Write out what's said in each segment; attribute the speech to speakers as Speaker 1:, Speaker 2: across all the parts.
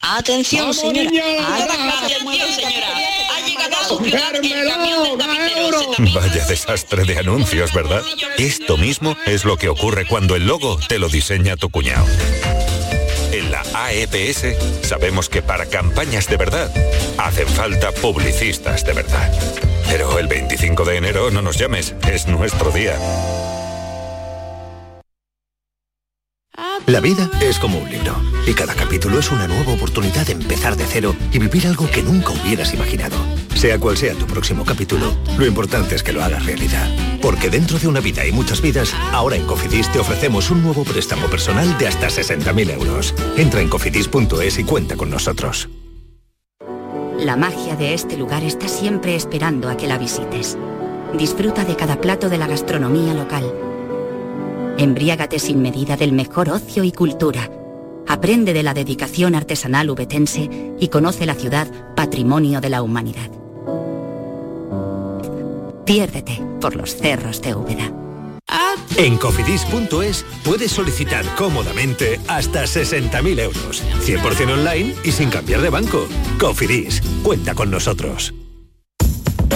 Speaker 1: Atención, señora.
Speaker 2: Atención, señora. Ha llegado a su ciudad el camión del tapicero.
Speaker 3: Vaya desastre de anuncios, ¿verdad? Esto mismo es lo que ocurre cuando el logo te lo diseña tu cuñado. En la AEPS sabemos que para campañas de verdad hacen falta publicistas de verdad. Pero el 25 de enero no nos llames, es nuestro día.
Speaker 4: La vida es como un libro y cada capítulo es una nueva oportunidad de empezar de cero y vivir algo que nunca hubieras imaginado. Sea cual sea tu próximo capítulo, lo importante es que lo hagas realidad. Porque dentro de una vida y muchas vidas, ahora en Cofidis te ofrecemos un nuevo préstamo personal de hasta 60.000 euros. Entra en cofidis.es y cuenta con nosotros.
Speaker 5: La magia de este lugar está siempre esperando a que la visites. Disfruta de cada plato de la gastronomía local. Embriágate sin medida del mejor ocio y cultura. Aprende de la dedicación artesanal ubetense y conoce la ciudad patrimonio de la humanidad. Piérdete por los cerros de Úbeda.
Speaker 4: En cofidis.es puedes solicitar cómodamente hasta 60.000 euros, 100% online y sin cambiar de banco. Cofidis, cuenta con nosotros.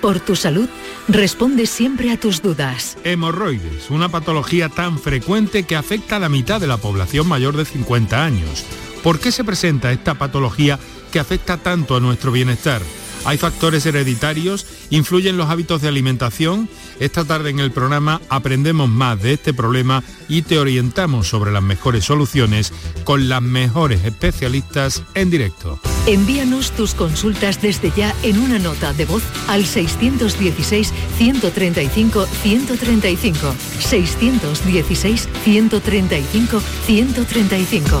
Speaker 6: por tu salud, responde siempre a tus dudas.
Speaker 7: Hemorroides, una patología tan frecuente que afecta a la mitad de la población mayor de 50 años. ¿Por qué se presenta esta patología que afecta tanto a nuestro bienestar? ¿Hay factores hereditarios? ¿Influyen los hábitos de alimentación? Esta tarde en el programa aprendemos más de este problema y te orientamos sobre las mejores soluciones con las mejores especialistas en directo.
Speaker 6: Envíanos tus consultas desde ya en una nota de voz al 616-135-135. 616-135-135.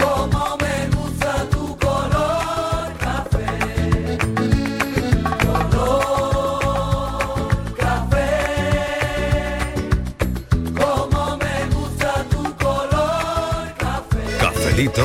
Speaker 2: Como me gusta tu color café. Color café. Como me gusta tu color café.
Speaker 3: Cafelito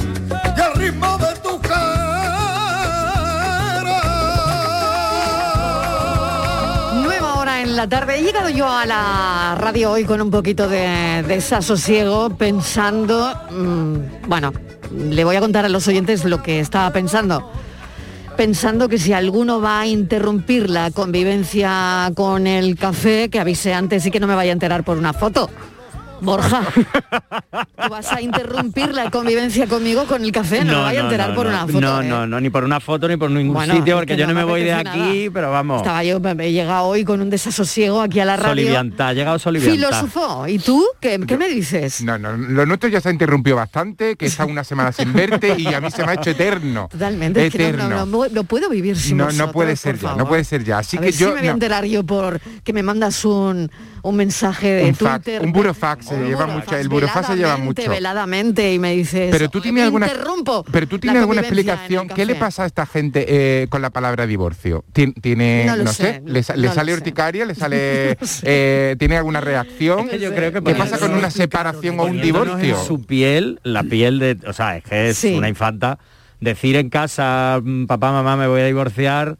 Speaker 8: y el ritmo de tu
Speaker 9: Nueva hora en la tarde. He llegado yo a la radio hoy con un poquito de desasosiego, pensando, mm, bueno, le voy a contar a los oyentes lo que estaba pensando. Pensando que si alguno va a interrumpir la convivencia con el café, que avise antes y que no me vaya a enterar por una foto. Borja, tú vas a interrumpir la convivencia conmigo con el café, ¿eh? no, me vaya a enterar por
Speaker 10: no,
Speaker 9: una foto.
Speaker 10: No,
Speaker 9: ¿eh?
Speaker 10: no, no, ni por una foto ni por ningún
Speaker 9: Bueno,
Speaker 10: sitio,
Speaker 9: es
Speaker 10: porque
Speaker 9: que
Speaker 10: yo no
Speaker 9: no
Speaker 10: me
Speaker 9: me
Speaker 10: voy de
Speaker 9: apetece
Speaker 10: aquí, pero vamos.
Speaker 9: Estaba yo, me he llegado hoy con un desasosiego aquí a la radio.
Speaker 10: Solivianta, ha llegado Solivianta.
Speaker 9: Filósofo, ¿y tú qué, qué me dices?
Speaker 11: No, no, lo nuestro ya se ha interrumpido bastante, que está una semana sin verte y a mí se me ha hecho eterno.
Speaker 9: Totalmente, es que no-
Speaker 11: eterno.
Speaker 9: no, no- no puedo vivir sin
Speaker 11: No,
Speaker 9: vosotros,
Speaker 11: no puede
Speaker 9: por
Speaker 11: ser ya,
Speaker 9: favor.
Speaker 11: no puede ser ya. Así
Speaker 9: a
Speaker 11: que
Speaker 9: ver si
Speaker 11: yo
Speaker 9: me voy a
Speaker 11: no,
Speaker 9: enterar yo por que me mandas un, un mensaje de
Speaker 11: un, fax,
Speaker 9: Twitter.
Speaker 11: un burofax se lleva mucho, el burofax se lleva
Speaker 9: veladamente,
Speaker 11: mucho.
Speaker 9: veladamente y me dices
Speaker 11: Pero tú
Speaker 9: "Oye,
Speaker 11: tienes
Speaker 9: me
Speaker 11: alguna-
Speaker 9: interrumpo
Speaker 11: Pero tú
Speaker 9: la
Speaker 11: tienes alguna
Speaker 9: convivencia en el
Speaker 11: explicación, ¿qué le
Speaker 9: café".
Speaker 11: pasa a esta gente eh, con la palabra divorcio? Tien- Tiene,
Speaker 9: No
Speaker 11: no,
Speaker 9: lo sé,
Speaker 11: sé, le, sa-
Speaker 9: no
Speaker 11: le
Speaker 9: lo
Speaker 11: sale
Speaker 9: sé.
Speaker 11: urticaria, le sale eh, tiene alguna reacción? yo creo que ¿Qué pasa con una separación o un
Speaker 10: Poniéndonos en
Speaker 11: divorcio?
Speaker 10: Su piel, la piel de, o sea, es que es
Speaker 11: Sí.
Speaker 10: una infanta. Decir en casa, "Mm, papá, mamá, me voy a divorciar,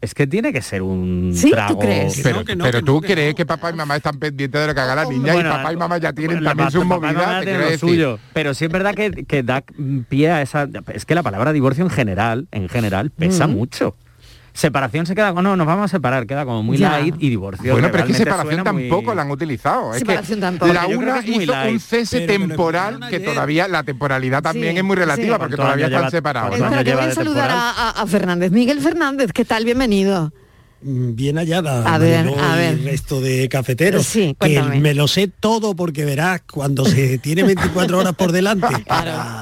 Speaker 10: es que tiene que ser un trago.
Speaker 11: Pero, pero tú crees que papá y mamá están pendientes de lo que haga la niña
Speaker 10: Bueno,
Speaker 11: y papá y mamá ya tienen
Speaker 10: Bueno,
Speaker 11: también
Speaker 10: papá-
Speaker 11: sus
Speaker 10: papá y mamá
Speaker 11: movidas. te
Speaker 10: tienen
Speaker 11: quiero
Speaker 10: lo
Speaker 11: decir.
Speaker 10: suyo, pero sí es verdad que, que da pie a esa es que la palabra divorcio en general, en general pesa
Speaker 11: Mm.
Speaker 10: mucho. Separación se queda con no, nos vamos a separar, queda como muy
Speaker 11: Ya.
Speaker 10: light y divorcio.
Speaker 11: Bueno, pero es que
Speaker 10: realmente
Speaker 11: separación
Speaker 10: suena muy-
Speaker 11: tampoco la han utilizado. Es que
Speaker 10: Separación tampoco.
Speaker 11: la
Speaker 10: Yo creo
Speaker 11: una
Speaker 10: que es muy
Speaker 11: hizo un
Speaker 10: light.
Speaker 11: cese
Speaker 10: Pero que lo
Speaker 11: temporal que todavía la temporalidad también
Speaker 9: Sí,
Speaker 11: es muy relativa
Speaker 9: sí.
Speaker 11: porque
Speaker 10: ¿Cuánto
Speaker 11: todavía
Speaker 10: año
Speaker 11: están
Speaker 10: lleva-
Speaker 11: separados.
Speaker 10: cuánto año
Speaker 9: Espera, que voy a saludar a, a- a Fernández. Miguel Fernández, ¿qué tal? Bienvenido.
Speaker 12: Mm, Bien hallada,
Speaker 9: A ver,
Speaker 12: Mariló
Speaker 9: a
Speaker 12: y
Speaker 9: ver.
Speaker 12: el resto de cafeteros.
Speaker 9: Sí,
Speaker 12: que
Speaker 9: cuéntame.
Speaker 12: me lo sé todo porque verás, cuando se tiene 24 horas por delante para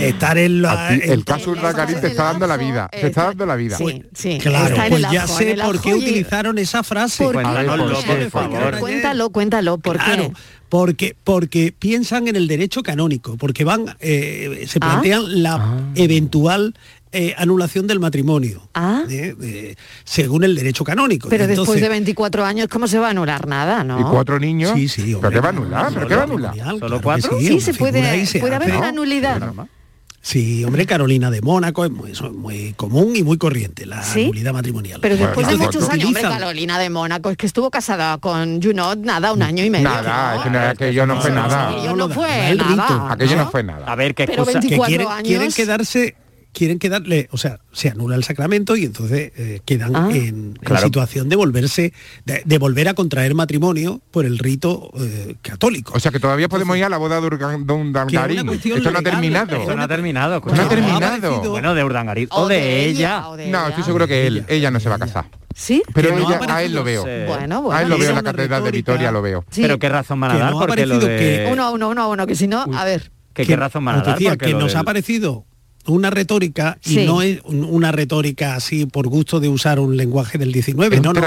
Speaker 12: estar en la...
Speaker 11: Y El caso Urdacarín te está dando la vida. Te está dando la vida.
Speaker 9: eh, sí.
Speaker 12: Claro,
Speaker 9: Está en
Speaker 12: pues
Speaker 9: el
Speaker 12: ya
Speaker 9: ajo,
Speaker 12: sé
Speaker 9: en el
Speaker 12: por
Speaker 9: ajo
Speaker 12: qué
Speaker 9: y-
Speaker 12: utilizaron esa frase.
Speaker 9: ¿Por qué? Cuéntanoslo, por favor. Cuéntalo, cuéntalo, ¿por
Speaker 12: Claro,
Speaker 9: qué?
Speaker 12: porque, porque piensan en el derecho canónico, porque van, eh,
Speaker 9: Ah.
Speaker 12: se plantean la
Speaker 11: Ah.
Speaker 12: eventual eh, anulación del matrimonio, eh, eh, según el derecho canónico.
Speaker 9: Ah. Pero
Speaker 12: Entonces,
Speaker 9: después de 24 años, ¿cómo se va a anular nada, no?
Speaker 11: niños?
Speaker 12: Sí, sí.
Speaker 11: ¿Pero qué va a anular? ¿Pero qué va a anular?
Speaker 10: ¿Solo
Speaker 9: Sí, se puede, puede haber una nulidad.
Speaker 12: Sí, hombre, Carolina de Mónaco es muy, eso es muy común y muy corriente, la nulidad matrimonial.
Speaker 9: Pero después de muchos años, hombre,
Speaker 12: utilizan-
Speaker 9: Carolina de Mónaco, es que estuvo casada con Junot, nada, un año y medio.
Speaker 11: Nada, es que no- aquello no fue nada.
Speaker 9: Aquello no fue nada.
Speaker 11: Aquello no fue nada.
Speaker 10: A ver, qué
Speaker 9: Pero excusa-
Speaker 12: Que
Speaker 9: 24
Speaker 12: quieren,
Speaker 9: años.
Speaker 12: quieren quedarse, quieren quedarle, o sea, se anula el sacramento y entonces eh, quedan
Speaker 9: Ah.
Speaker 12: en, en
Speaker 10: claro.
Speaker 12: situación de volverse, de, de volver a contraer matrimonio por el rito eh, católico.
Speaker 11: O sea que todavía podemos ir a la boda de Urgan- de
Speaker 12: Que
Speaker 11: Urdangarín.
Speaker 12: una cuestión
Speaker 11: Esto no ha
Speaker 12: legal,
Speaker 11: terminado. Pues
Speaker 10: Eso no ha terminado. escucha.
Speaker 11: No ha terminado.
Speaker 10: Bueno, de Urdangarín o de ella.
Speaker 11: No, estoy seguro que él, ella no se va a casar.
Speaker 9: ¿Sí?
Speaker 11: Pero
Speaker 10: Que no ha
Speaker 11: ella, a él
Speaker 10: aparecido,
Speaker 11: lo veo.
Speaker 10: sí. Bueno,
Speaker 9: bueno.
Speaker 11: A él lo veo en
Speaker 9: Era
Speaker 11: la
Speaker 9: una
Speaker 11: catedral de
Speaker 9: retórica.
Speaker 11: Vitoria, lo veo.
Speaker 9: Sí. Pero
Speaker 10: qué razón van a Que dar, no ha porque lo parecido de- que-
Speaker 9: Uno a uno, uno a uno, que si no, a ver.
Speaker 10: Que
Speaker 12: que-
Speaker 10: qué razón van a
Speaker 12: como te
Speaker 10: dar.
Speaker 12: decía,
Speaker 10: porque
Speaker 12: que
Speaker 10: lo
Speaker 12: nos
Speaker 10: del-
Speaker 12: ha parecido una retórica y
Speaker 10: Sí.
Speaker 12: no es un- una retórica así por gusto de usar un lenguaje del 19 no, no.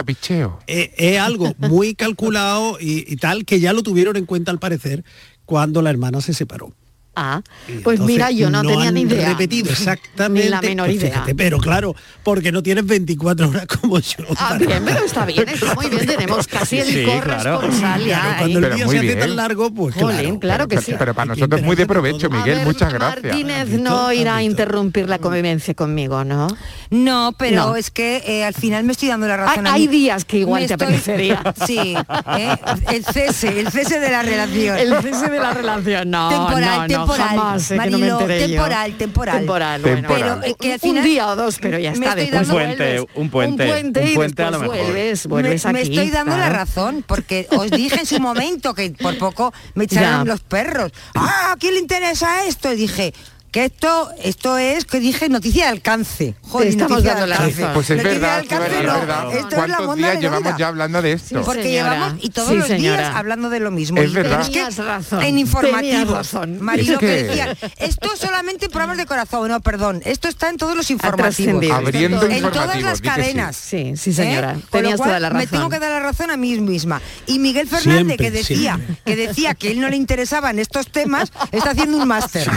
Speaker 12: Eh, es algo muy calculado y, y tal que ya lo tuvieron en cuenta al parecer cuando la hermana se separó
Speaker 9: Ah, pues mira, yo no, tenía
Speaker 12: han
Speaker 9: ni idea.
Speaker 12: repetido exactamente
Speaker 9: Ni la menor
Speaker 12: pues
Speaker 9: idea.
Speaker 12: fíjate, pero claro porque no tienes 24 horas como yo
Speaker 9: Ah, bien, pero está bien, está muy bien, tenemos casi el
Speaker 12: Sí, claro.
Speaker 9: corresponsal ya.
Speaker 12: Claro, cuando
Speaker 9: ¿eh?
Speaker 12: el día se hace tan largo pues
Speaker 9: Jolín, claro que
Speaker 11: pero,
Speaker 9: sí.
Speaker 11: pero para nosotros es muy de provecho, Miguel. muchas gracias.
Speaker 9: Martínez no irá a interrumpir
Speaker 12: Mm.
Speaker 9: la convivencia conmigo, ¿no?
Speaker 13: No, pero
Speaker 9: No.
Speaker 13: es que eh, al final me estoy dando la razón.
Speaker 9: Hay-
Speaker 13: a
Speaker 9: hay
Speaker 13: mí.
Speaker 9: días que igual
Speaker 13: Me
Speaker 9: te apetecería.
Speaker 13: Sí, eh, el cese, el cese de la relación.
Speaker 9: El cese de la relación, no,
Speaker 13: Temporal,
Speaker 9: no, no,
Speaker 13: temporal.
Speaker 9: jamás, eh, que no me
Speaker 13: Marilo,
Speaker 9: enteré yo.
Speaker 13: temporal, temporal.
Speaker 9: Temporal, bueno,
Speaker 13: Pero
Speaker 9: bueno.
Speaker 13: eh, que al
Speaker 9: Un-
Speaker 13: final
Speaker 9: un día o dos, pero ya
Speaker 13: me
Speaker 9: está,
Speaker 13: estoy
Speaker 9: después
Speaker 13: dando-
Speaker 10: Un puente,
Speaker 13: vuelves.
Speaker 10: un puente, un
Speaker 13: y
Speaker 10: puente a
Speaker 13: después
Speaker 10: lo mejor.
Speaker 13: vuelves,
Speaker 9: Me- vuelves
Speaker 13: me,
Speaker 9: aquí,
Speaker 13: estoy dando la
Speaker 9: claro.
Speaker 13: razón, porque os dije en su momento que por poco me echaron
Speaker 9: Ya.
Speaker 13: los perros. ¡Ah, a quién le interesa esto! Y dije... Que esto, esto es, que dije, noticia de alcance. Joder,
Speaker 9: Te estamos
Speaker 13: noticia de
Speaker 9: dando la
Speaker 13: alcance.
Speaker 9: razón.
Speaker 11: Pues es
Speaker 9: Pero tiene
Speaker 11: verdad,
Speaker 9: alcance,
Speaker 11: Estivali,
Speaker 9: no.
Speaker 11: es verdad.
Speaker 9: Esto es la
Speaker 11: ¿Cuántos
Speaker 9: monda
Speaker 11: días
Speaker 9: de
Speaker 11: llevamos
Speaker 9: Lola?
Speaker 11: ya hablando de esto?
Speaker 13: Porque llevamos y todos
Speaker 9: Sí,
Speaker 13: los días
Speaker 9: señora.
Speaker 13: hablando de lo mismo.
Speaker 11: Es
Speaker 13: Y-
Speaker 11: verdad.
Speaker 13: pero que
Speaker 9: Tenías razón,
Speaker 13: En
Speaker 9: tenías
Speaker 13: informativos.
Speaker 9: razón.
Speaker 13: Marilo
Speaker 9: Es
Speaker 13: que...
Speaker 9: que-
Speaker 13: decía, esto solamente programas de corazón, no, perdón, esto está en todos los informativos.
Speaker 9: trascendido. Abriendo
Speaker 13: en todas
Speaker 9: informativos,
Speaker 13: las
Speaker 9: di que sí.
Speaker 13: cadenas. ¿Eh?
Speaker 9: Sí, sí, señora.
Speaker 13: Con lo
Speaker 9: Tenías
Speaker 13: cual,
Speaker 9: toda la
Speaker 13: Me
Speaker 9: razón.
Speaker 13: tengo que dar la razón a mí misma. Y Miguel Fernández,
Speaker 9: Siempre,
Speaker 13: que decía,
Speaker 9: siempre.
Speaker 13: que decía que él no le interesaban estos temas, está haciendo un máster.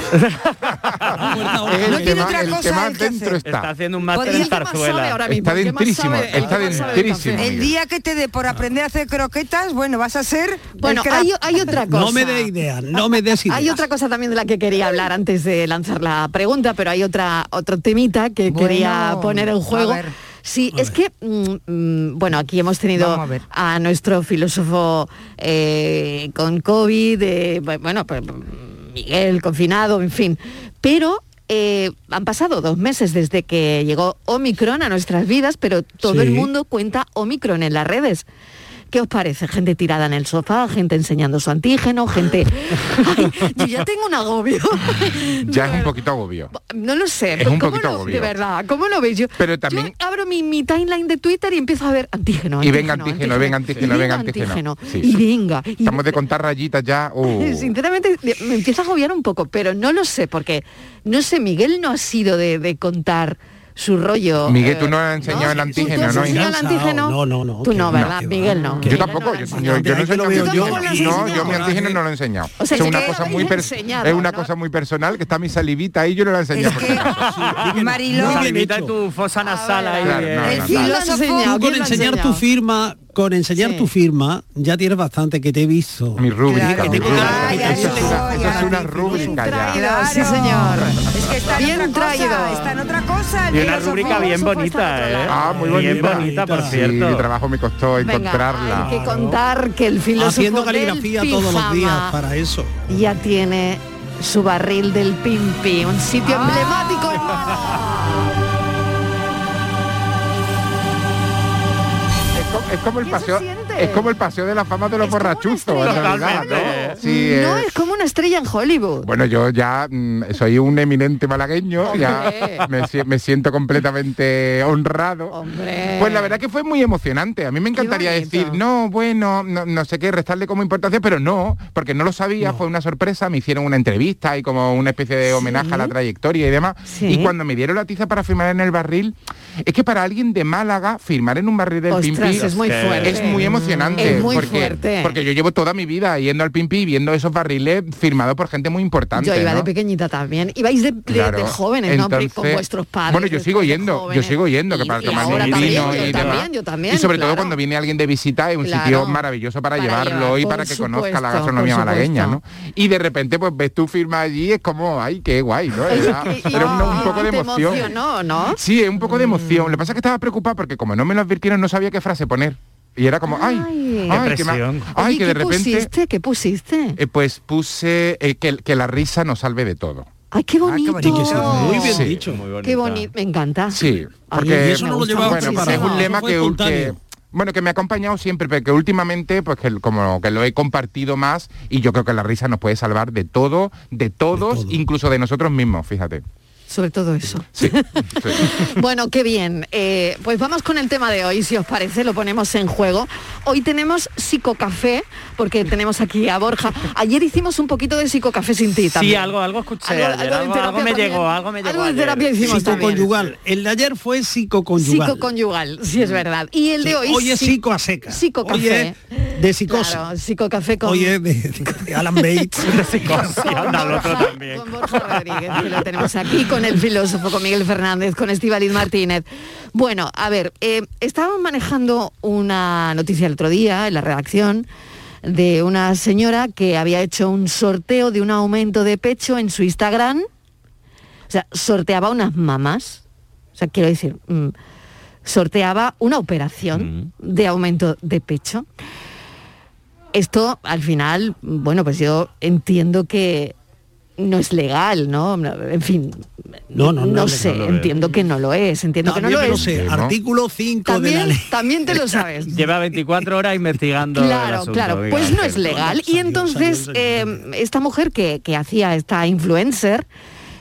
Speaker 11: El
Speaker 13: no tiene
Speaker 11: tema-
Speaker 13: otra
Speaker 11: el
Speaker 13: cosa
Speaker 11: tema
Speaker 13: él que hacer.
Speaker 11: dentro está. Está haciendo un máster
Speaker 13: Podría-
Speaker 11: en zarzuela. Está
Speaker 13: ¿Qué más sabe?
Speaker 11: dentrísimo,
Speaker 13: ¿Qué
Speaker 11: está
Speaker 13: más sabe de
Speaker 11: dentrísimo,
Speaker 13: café? El
Speaker 11: Miguel.
Speaker 13: día que te dé por aprender a hacer croquetas, bueno, vas a ser...
Speaker 9: Bueno,
Speaker 13: el crack.
Speaker 9: hay, hay otra cosa.
Speaker 12: no me dé idea no me des idea
Speaker 9: Hay otra cosa también de la que quería hablar antes de lanzar la pregunta, pero hay otra otro temita que
Speaker 13: Bueno,
Speaker 9: quería poner en juego.
Speaker 13: a ver.
Speaker 9: Sí, es que, mm, mm, bueno, aquí hemos tenido
Speaker 13: Vamos a
Speaker 9: a,
Speaker 13: ver.
Speaker 9: nuestro filósofo eh, con COVID, eh, bu- bueno, pues, mm, Miguel confinado, en fin. Pero eh, han pasado dos meses desde que llegó Omicron a nuestras vidas, pero todo
Speaker 14: Sí.
Speaker 9: el mundo cuenta Omicron en las redes. ¿Qué os parece? Gente tirada en el sofá, gente enseñando su antígeno, gente... Ay, yo ya tengo un agobio.
Speaker 11: Ya es un poquito agobio.
Speaker 9: No lo sé.
Speaker 11: Es
Speaker 9: pero
Speaker 11: un
Speaker 9: ¿cómo
Speaker 11: poquito
Speaker 9: lo-
Speaker 11: agobio.
Speaker 9: De verdad, ¿cómo lo veis? Yo,
Speaker 11: Pero también-
Speaker 9: yo abro mi, mi timeline de Twitter y empiezo a ver antígeno.
Speaker 11: Y venga antígeno, venga antígeno,
Speaker 9: y
Speaker 11: venga antígeno. Sí.
Speaker 9: Y venga. y-
Speaker 11: Estamos de contar rayitas ya. uh.
Speaker 9: Sinceramente me empieza a agobiar un poco, pero no lo sé, porque no sé, Miguel no ha sido de, de contar su rollo.
Speaker 11: Miguel,
Speaker 9: eh,
Speaker 11: tú no has enseñado el antígeno,
Speaker 9: has
Speaker 11: ¿no?
Speaker 9: enseñado el antígeno?
Speaker 12: No, no, no.
Speaker 9: Tú
Speaker 12: que
Speaker 9: no,
Speaker 12: va,
Speaker 9: ¿verdad?
Speaker 12: que va.
Speaker 9: Miguel no.
Speaker 11: Yo tampoco, yo, yo- yo no
Speaker 12: Ahí te
Speaker 11: sé
Speaker 12: lo
Speaker 11: mi
Speaker 12: veo yo.
Speaker 11: antígeno. No, yo mi antígeno no lo he enseñado.
Speaker 9: O sea,
Speaker 11: es
Speaker 9: que
Speaker 11: una
Speaker 9: tú
Speaker 11: cosa
Speaker 9: lo
Speaker 11: muy
Speaker 9: has
Speaker 11: per-
Speaker 9: enseñado,
Speaker 11: es una cosa muy personal que está mi salivita ahí, yo no la he enseñado. por ejemplo.
Speaker 13: Mariló,
Speaker 10: tu fosa nasal ahí.
Speaker 11: Claro,
Speaker 10: eh.
Speaker 11: no, no,
Speaker 10: El
Speaker 11: no.
Speaker 10: filo-
Speaker 9: ¿Lo has enseñado?
Speaker 12: Tú con
Speaker 9: ¿Quién lo ha
Speaker 12: enseñar tu
Speaker 9: enseñado?
Speaker 12: firma, con enseñar tu firma, ya tienes bastante que te he visto. Mi
Speaker 11: rúbrica,
Speaker 12: Que
Speaker 11: mi
Speaker 12: tengo
Speaker 11: rúbrica.
Speaker 12: cara-
Speaker 11: Eso es una- eso es una rúbrica ya.
Speaker 9: Claro, sí, señor.
Speaker 13: Es que está
Speaker 9: Bien
Speaker 13: en otra
Speaker 9: traído.
Speaker 13: cosa, está en otra cosa. el
Speaker 10: Y una
Speaker 13: filósofo.
Speaker 10: rúbrica bien bonita, ¿eh?
Speaker 11: Ah, muy bonita.
Speaker 10: Bien bonita, por
Speaker 11: Sí,
Speaker 10: cierto.
Speaker 11: mi trabajo me costó
Speaker 9: Venga,
Speaker 11: encontrarla.
Speaker 9: hay que contar que el filósofo
Speaker 12: Haciendo
Speaker 9: del
Speaker 12: caligrafía todos los días
Speaker 9: pijama
Speaker 12: para eso.
Speaker 9: ya tiene su barril del Pimpi, un sitio
Speaker 11: Ah.
Speaker 9: emblemático en
Speaker 11: Es co- Es como el paseo, es como el paseo de la fama de los borrachuzos, en
Speaker 9: estrella.
Speaker 11: realidad, ¿no? Sí,
Speaker 9: No,
Speaker 11: es-
Speaker 9: es como una estrella en Hollywood.
Speaker 11: Bueno, yo ya mm, soy un eminente malagueño, ya
Speaker 9: Hombre.
Speaker 11: me, si- me siento completamente honrado. Pues la verdad que fue muy emocionante. A mí me encantaría decir, no, bueno, no, no sé qué, restarle como importancia, pero no, porque no lo sabía, fue una sorpresa, me hicieron una entrevista y como una especie de homenaje a la trayectoria y demás.
Speaker 9: Sí.
Speaker 11: Y cuando me dieron la tiza para firmar en el barril, es que para alguien de Málaga, firmar en un barril del
Speaker 9: Ostras,
Speaker 11: Pimpí
Speaker 9: es muy fuerte.
Speaker 11: es muy emocionante.
Speaker 9: Es muy
Speaker 11: porque,
Speaker 9: fuerte.
Speaker 11: porque yo llevo toda mi vida yendo al Pimpí y viendo esos barriles firmados por gente muy importante.
Speaker 9: Yo iba
Speaker 11: ¿no?
Speaker 9: de pequeñita también. Ibais de, de- de
Speaker 11: Claro.
Speaker 9: jóvenes,
Speaker 11: Entonces-
Speaker 9: ¿no? Con vuestros padres.
Speaker 11: Bueno, yo sigo yendo, yo
Speaker 9: jóvenes.
Speaker 11: sigo yendo, que para
Speaker 9: y
Speaker 11: tomar
Speaker 9: ahora
Speaker 11: un
Speaker 9: también,
Speaker 11: vino
Speaker 9: yo
Speaker 11: y
Speaker 9: también,
Speaker 11: demás.
Speaker 9: yo también,
Speaker 11: y sobre
Speaker 9: claro.
Speaker 11: todo cuando viene alguien de visita es un
Speaker 9: Claro.
Speaker 11: sitio maravilloso para,
Speaker 9: Para
Speaker 11: llevarlo
Speaker 9: llevar,
Speaker 11: y
Speaker 9: por
Speaker 11: para que conozca la
Speaker 9: supuesto,
Speaker 11: gastronomía
Speaker 9: por supuesto.
Speaker 11: malagueña, ¿no? Y de repente pues ves tu firma allí, es como, ay, qué guay, ¿no? Era, era un, un poco de
Speaker 9: Te
Speaker 11: emoción.
Speaker 9: emocionó, ¿no? Mm.
Speaker 11: Sí, es un poco de emoción. Lo que pasa es que estaba preocupada porque como no me lo advirtieron no sabía qué frase poner. Y era como, ay,
Speaker 9: Ay.
Speaker 11: ay, que, me- ay,
Speaker 9: Oye,
Speaker 11: que de
Speaker 9: ¿qué
Speaker 11: repente
Speaker 9: pusiste? ¿Qué pusiste?
Speaker 11: eh, pues puse eh, que, que la risa nos salve de todo.
Speaker 9: Ay, qué bonito.
Speaker 11: Muy bien
Speaker 12: dicho.
Speaker 9: Qué bonito, me encanta.
Speaker 11: Sí,
Speaker 9: Ay,
Speaker 11: porque
Speaker 12: y eso no lo
Speaker 11: bueno,
Speaker 12: llevaba
Speaker 11: bueno,
Speaker 12: preparado.
Speaker 11: porque es un
Speaker 12: Eso
Speaker 11: lema
Speaker 12: fue
Speaker 11: que, ul-
Speaker 12: espontáneo.
Speaker 11: que- bueno que me ha acompañado siempre, pero que últimamente pues que el- como que lo he compartido más y yo creo que la risa nos puede salvar de todo, de todos, incluso de nosotros mismos, fíjate.
Speaker 9: Sobre todo eso. Bueno, qué bien. Eh, pues vamos con el tema de hoy, si os parece, lo ponemos en juego. Hoy tenemos psicocafé, porque tenemos aquí a Borja. Ayer hicimos un poquito de psicocafé sin ti
Speaker 10: Sí,
Speaker 9: también.
Speaker 10: algo, algo escuché.
Speaker 9: Algo-
Speaker 10: ayer,
Speaker 9: algo de
Speaker 10: algo- algo
Speaker 9: terapia
Speaker 10: me
Speaker 9: también.
Speaker 10: llegó, algo me llegó.
Speaker 9: Algo de
Speaker 10: ayer.
Speaker 9: terapia hicimos también.
Speaker 12: Psicoconyugal. El de ayer fue psicoconyugal.
Speaker 9: Psicoconyugal, sí es verdad. Y el de hoy...
Speaker 12: Hoy es
Speaker 9: sí-
Speaker 12: psico a seca.
Speaker 9: Psicocafé.
Speaker 12: Hoy es de psicosis.
Speaker 9: Claro, psicocafé con...
Speaker 12: Hoy es de, de Alan Bates.
Speaker 10: de psicosis. Anda, el otro también.
Speaker 9: Rodríguez, que lo tenemos aquí con el filósofo, con Miguel Fernández, con Estíbaliz Martínez. Bueno, a ver, eh, estábamos manejando una noticia el otro día en la redacción de una señora que había hecho un sorteo de un aumento de pecho en su Instagram. O sea, sorteaba unas mamas. O sea, quiero decir, mm, sorteaba una operación de aumento de pecho. Esto, al final, bueno, pues yo entiendo que no es legal, ¿no? En fin,
Speaker 12: No,
Speaker 9: no,
Speaker 12: no, no es
Speaker 9: sé,
Speaker 12: legal, no lo es.
Speaker 9: entiendo que no lo es, entiendo
Speaker 12: También
Speaker 9: que no
Speaker 12: me
Speaker 9: lo
Speaker 12: lo
Speaker 9: es.
Speaker 12: sé. Artículo 5 de la
Speaker 9: También,
Speaker 12: ley.
Speaker 9: también te lo sabes.
Speaker 10: Lleva 24 horas investigando el
Speaker 9: Claro,
Speaker 10: asunto.
Speaker 9: claro,
Speaker 10: venga.
Speaker 9: pues no es legal. Y entonces eh, esta mujer que, que hacía esta influencer,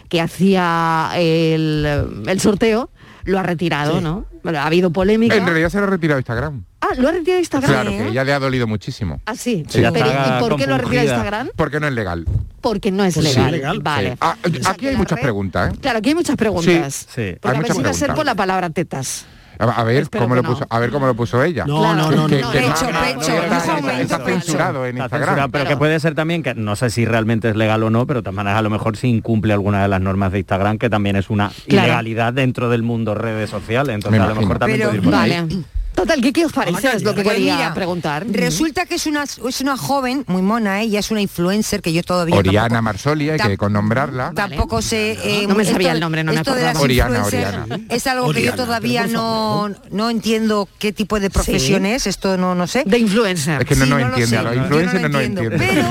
Speaker 9: que hacía el, el sorteo, lo ha retirado, ¿no? Bueno, Ha habido polémica.
Speaker 11: En realidad se lo ha retirado Instagram.
Speaker 9: Ah, lo ha retirado Instagram.
Speaker 11: Claro, que ella le ha dolido muchísimo.
Speaker 9: Ah, sí.
Speaker 11: Sí.
Speaker 9: Pero, ¿Y por qué lo ha retirado Instagram?
Speaker 11: Porque no es legal.
Speaker 9: Porque no es Pues legal. Vale.
Speaker 11: Sí. Ah, aquí hay muchas preguntas, ¿eh?
Speaker 9: Claro, aquí hay muchas preguntas.
Speaker 11: Sí, sí.
Speaker 9: Porque
Speaker 11: Hay
Speaker 9: a
Speaker 11: muchas
Speaker 9: veces va a ser
Speaker 11: preguntas.
Speaker 9: por la palabra tetas.
Speaker 11: A a ver
Speaker 9: Espero
Speaker 11: cómo
Speaker 9: que
Speaker 11: lo
Speaker 9: no.
Speaker 11: puso, Pues a ver cómo lo puso ella.
Speaker 9: No, no, no,
Speaker 11: Que-
Speaker 9: no,
Speaker 11: que
Speaker 9: no,
Speaker 11: mama,
Speaker 9: pecho,
Speaker 11: no,
Speaker 9: pecho,
Speaker 11: está-
Speaker 9: dijo
Speaker 11: está
Speaker 9: aumento.
Speaker 11: censurado en
Speaker 10: Está
Speaker 11: Instagram.
Speaker 10: censurado, pero que puede ser también que no sé si realmente es legal o no, pero también a lo mejor si incumple alguna de las normas de Instagram, que también es una
Speaker 9: Claro.
Speaker 10: ilegalidad dentro del mundo redes sociales. Entonces
Speaker 11: Me
Speaker 10: a lo mejor
Speaker 11: imagino.
Speaker 10: también puede ir por ahí.
Speaker 9: Vale. Total, ¿qué, qué os parece? Es lo que
Speaker 13: Pues
Speaker 9: quería
Speaker 13: mira,
Speaker 9: preguntar.
Speaker 13: Resulta que es una, es una joven, muy mona, ¿eh? ella es una influencer que yo todavía
Speaker 11: Oriana Marsoli, hay que nombrarla.
Speaker 13: tampoco sé eh,
Speaker 9: No me
Speaker 13: esto-
Speaker 9: sabía el nombre, no me
Speaker 13: esto de las
Speaker 11: acordaba. Oriana,
Speaker 13: influencers
Speaker 11: Oriana.
Speaker 13: es algo que
Speaker 11: Oriana,
Speaker 13: yo todavía no, no entiendo qué tipo de profesión
Speaker 9: Sí.
Speaker 13: es esto no no sé
Speaker 9: de influencer
Speaker 11: Es que no nos entiende, a los influencers no, nos
Speaker 13: entiendo.
Speaker 11: entienden.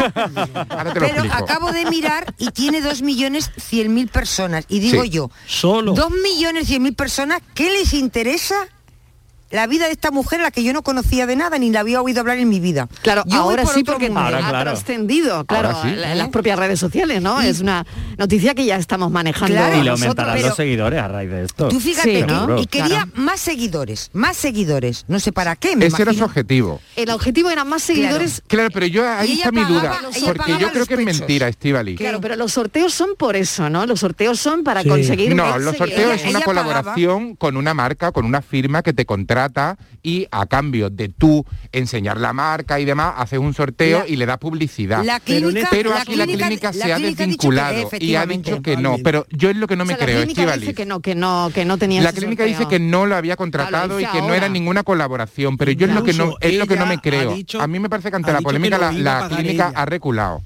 Speaker 11: Ahora te lo
Speaker 13: pero
Speaker 11: explico.
Speaker 13: acabo de mirar y tiene 2 millones cien mil personas y digo
Speaker 11: Sí.
Speaker 13: yo
Speaker 12: Solo.
Speaker 13: 2 millones cien mil personas qué les interesa la vida de esta mujer a la que yo no conocía de nada ni la había oído hablar en mi vida.
Speaker 9: Claro,
Speaker 13: Yo voy
Speaker 9: ahora
Speaker 13: por
Speaker 9: sí
Speaker 13: otro
Speaker 9: porque
Speaker 13: mundo.
Speaker 9: ha trascendido, claro,
Speaker 10: Ahora sí.
Speaker 9: la- en las propias redes sociales, ¿no? Es una noticia que ya estamos manejando.
Speaker 10: y le
Speaker 9: nosotros.
Speaker 10: aumentarán los seguidores a raíz de esto.
Speaker 13: Tú fíjate, que-
Speaker 10: Seguro.
Speaker 13: y quería más seguidores, más seguidores, no sé para qué, me
Speaker 11: Ese era su
Speaker 13: imagino.
Speaker 11: objetivo.
Speaker 9: El objetivo era más seguidores.
Speaker 11: Claro, pero yo ahí
Speaker 9: Y ella
Speaker 11: está mi duda,
Speaker 9: pagaba- ella
Speaker 11: porque yo
Speaker 9: pagaba
Speaker 11: creo
Speaker 9: los
Speaker 11: que es
Speaker 9: pechos.
Speaker 11: mentira, Estivali.
Speaker 9: Claro, pero los sorteos son por eso, ¿no? Los sorteos son para conseguir
Speaker 11: No,
Speaker 9: más
Speaker 11: los
Speaker 9: seguidores.
Speaker 11: sorteos es una colaboración con una marca, con una firma que te contrata y a cambio de tú enseñar la marca y demás, haces un sorteo
Speaker 13: La-
Speaker 11: y le das publicidad.
Speaker 13: la
Speaker 11: Pero
Speaker 13: clínica-
Speaker 11: pero
Speaker 13: la
Speaker 11: aquí la
Speaker 13: clínica-
Speaker 11: clínica
Speaker 13: la
Speaker 11: se ha
Speaker 13: clínica ha dicho que
Speaker 11: desvinculado y ha
Speaker 13: efectivamente.
Speaker 11: dicho que no, pero yo es lo que no
Speaker 9: O
Speaker 11: me
Speaker 9: sea,
Speaker 11: creo,
Speaker 9: la clínica
Speaker 11: Estivali.
Speaker 9: dice que no, que no, que no tenía
Speaker 11: La
Speaker 9: ese
Speaker 11: clínica
Speaker 9: sorteo.
Speaker 11: dice que no lo había
Speaker 9: Ah, lo
Speaker 11: contratado y
Speaker 9: dice
Speaker 11: que no
Speaker 9: ahora.
Speaker 11: era ninguna colaboración, pero yo es lo que no es lo que no me creo. a mí me parece que ante
Speaker 12: ha
Speaker 11: la
Speaker 12: dicho que
Speaker 11: polémica la,
Speaker 12: lo iba
Speaker 11: la
Speaker 12: a pagar
Speaker 11: clínica
Speaker 12: ella. Ah,
Speaker 11: ha reculado.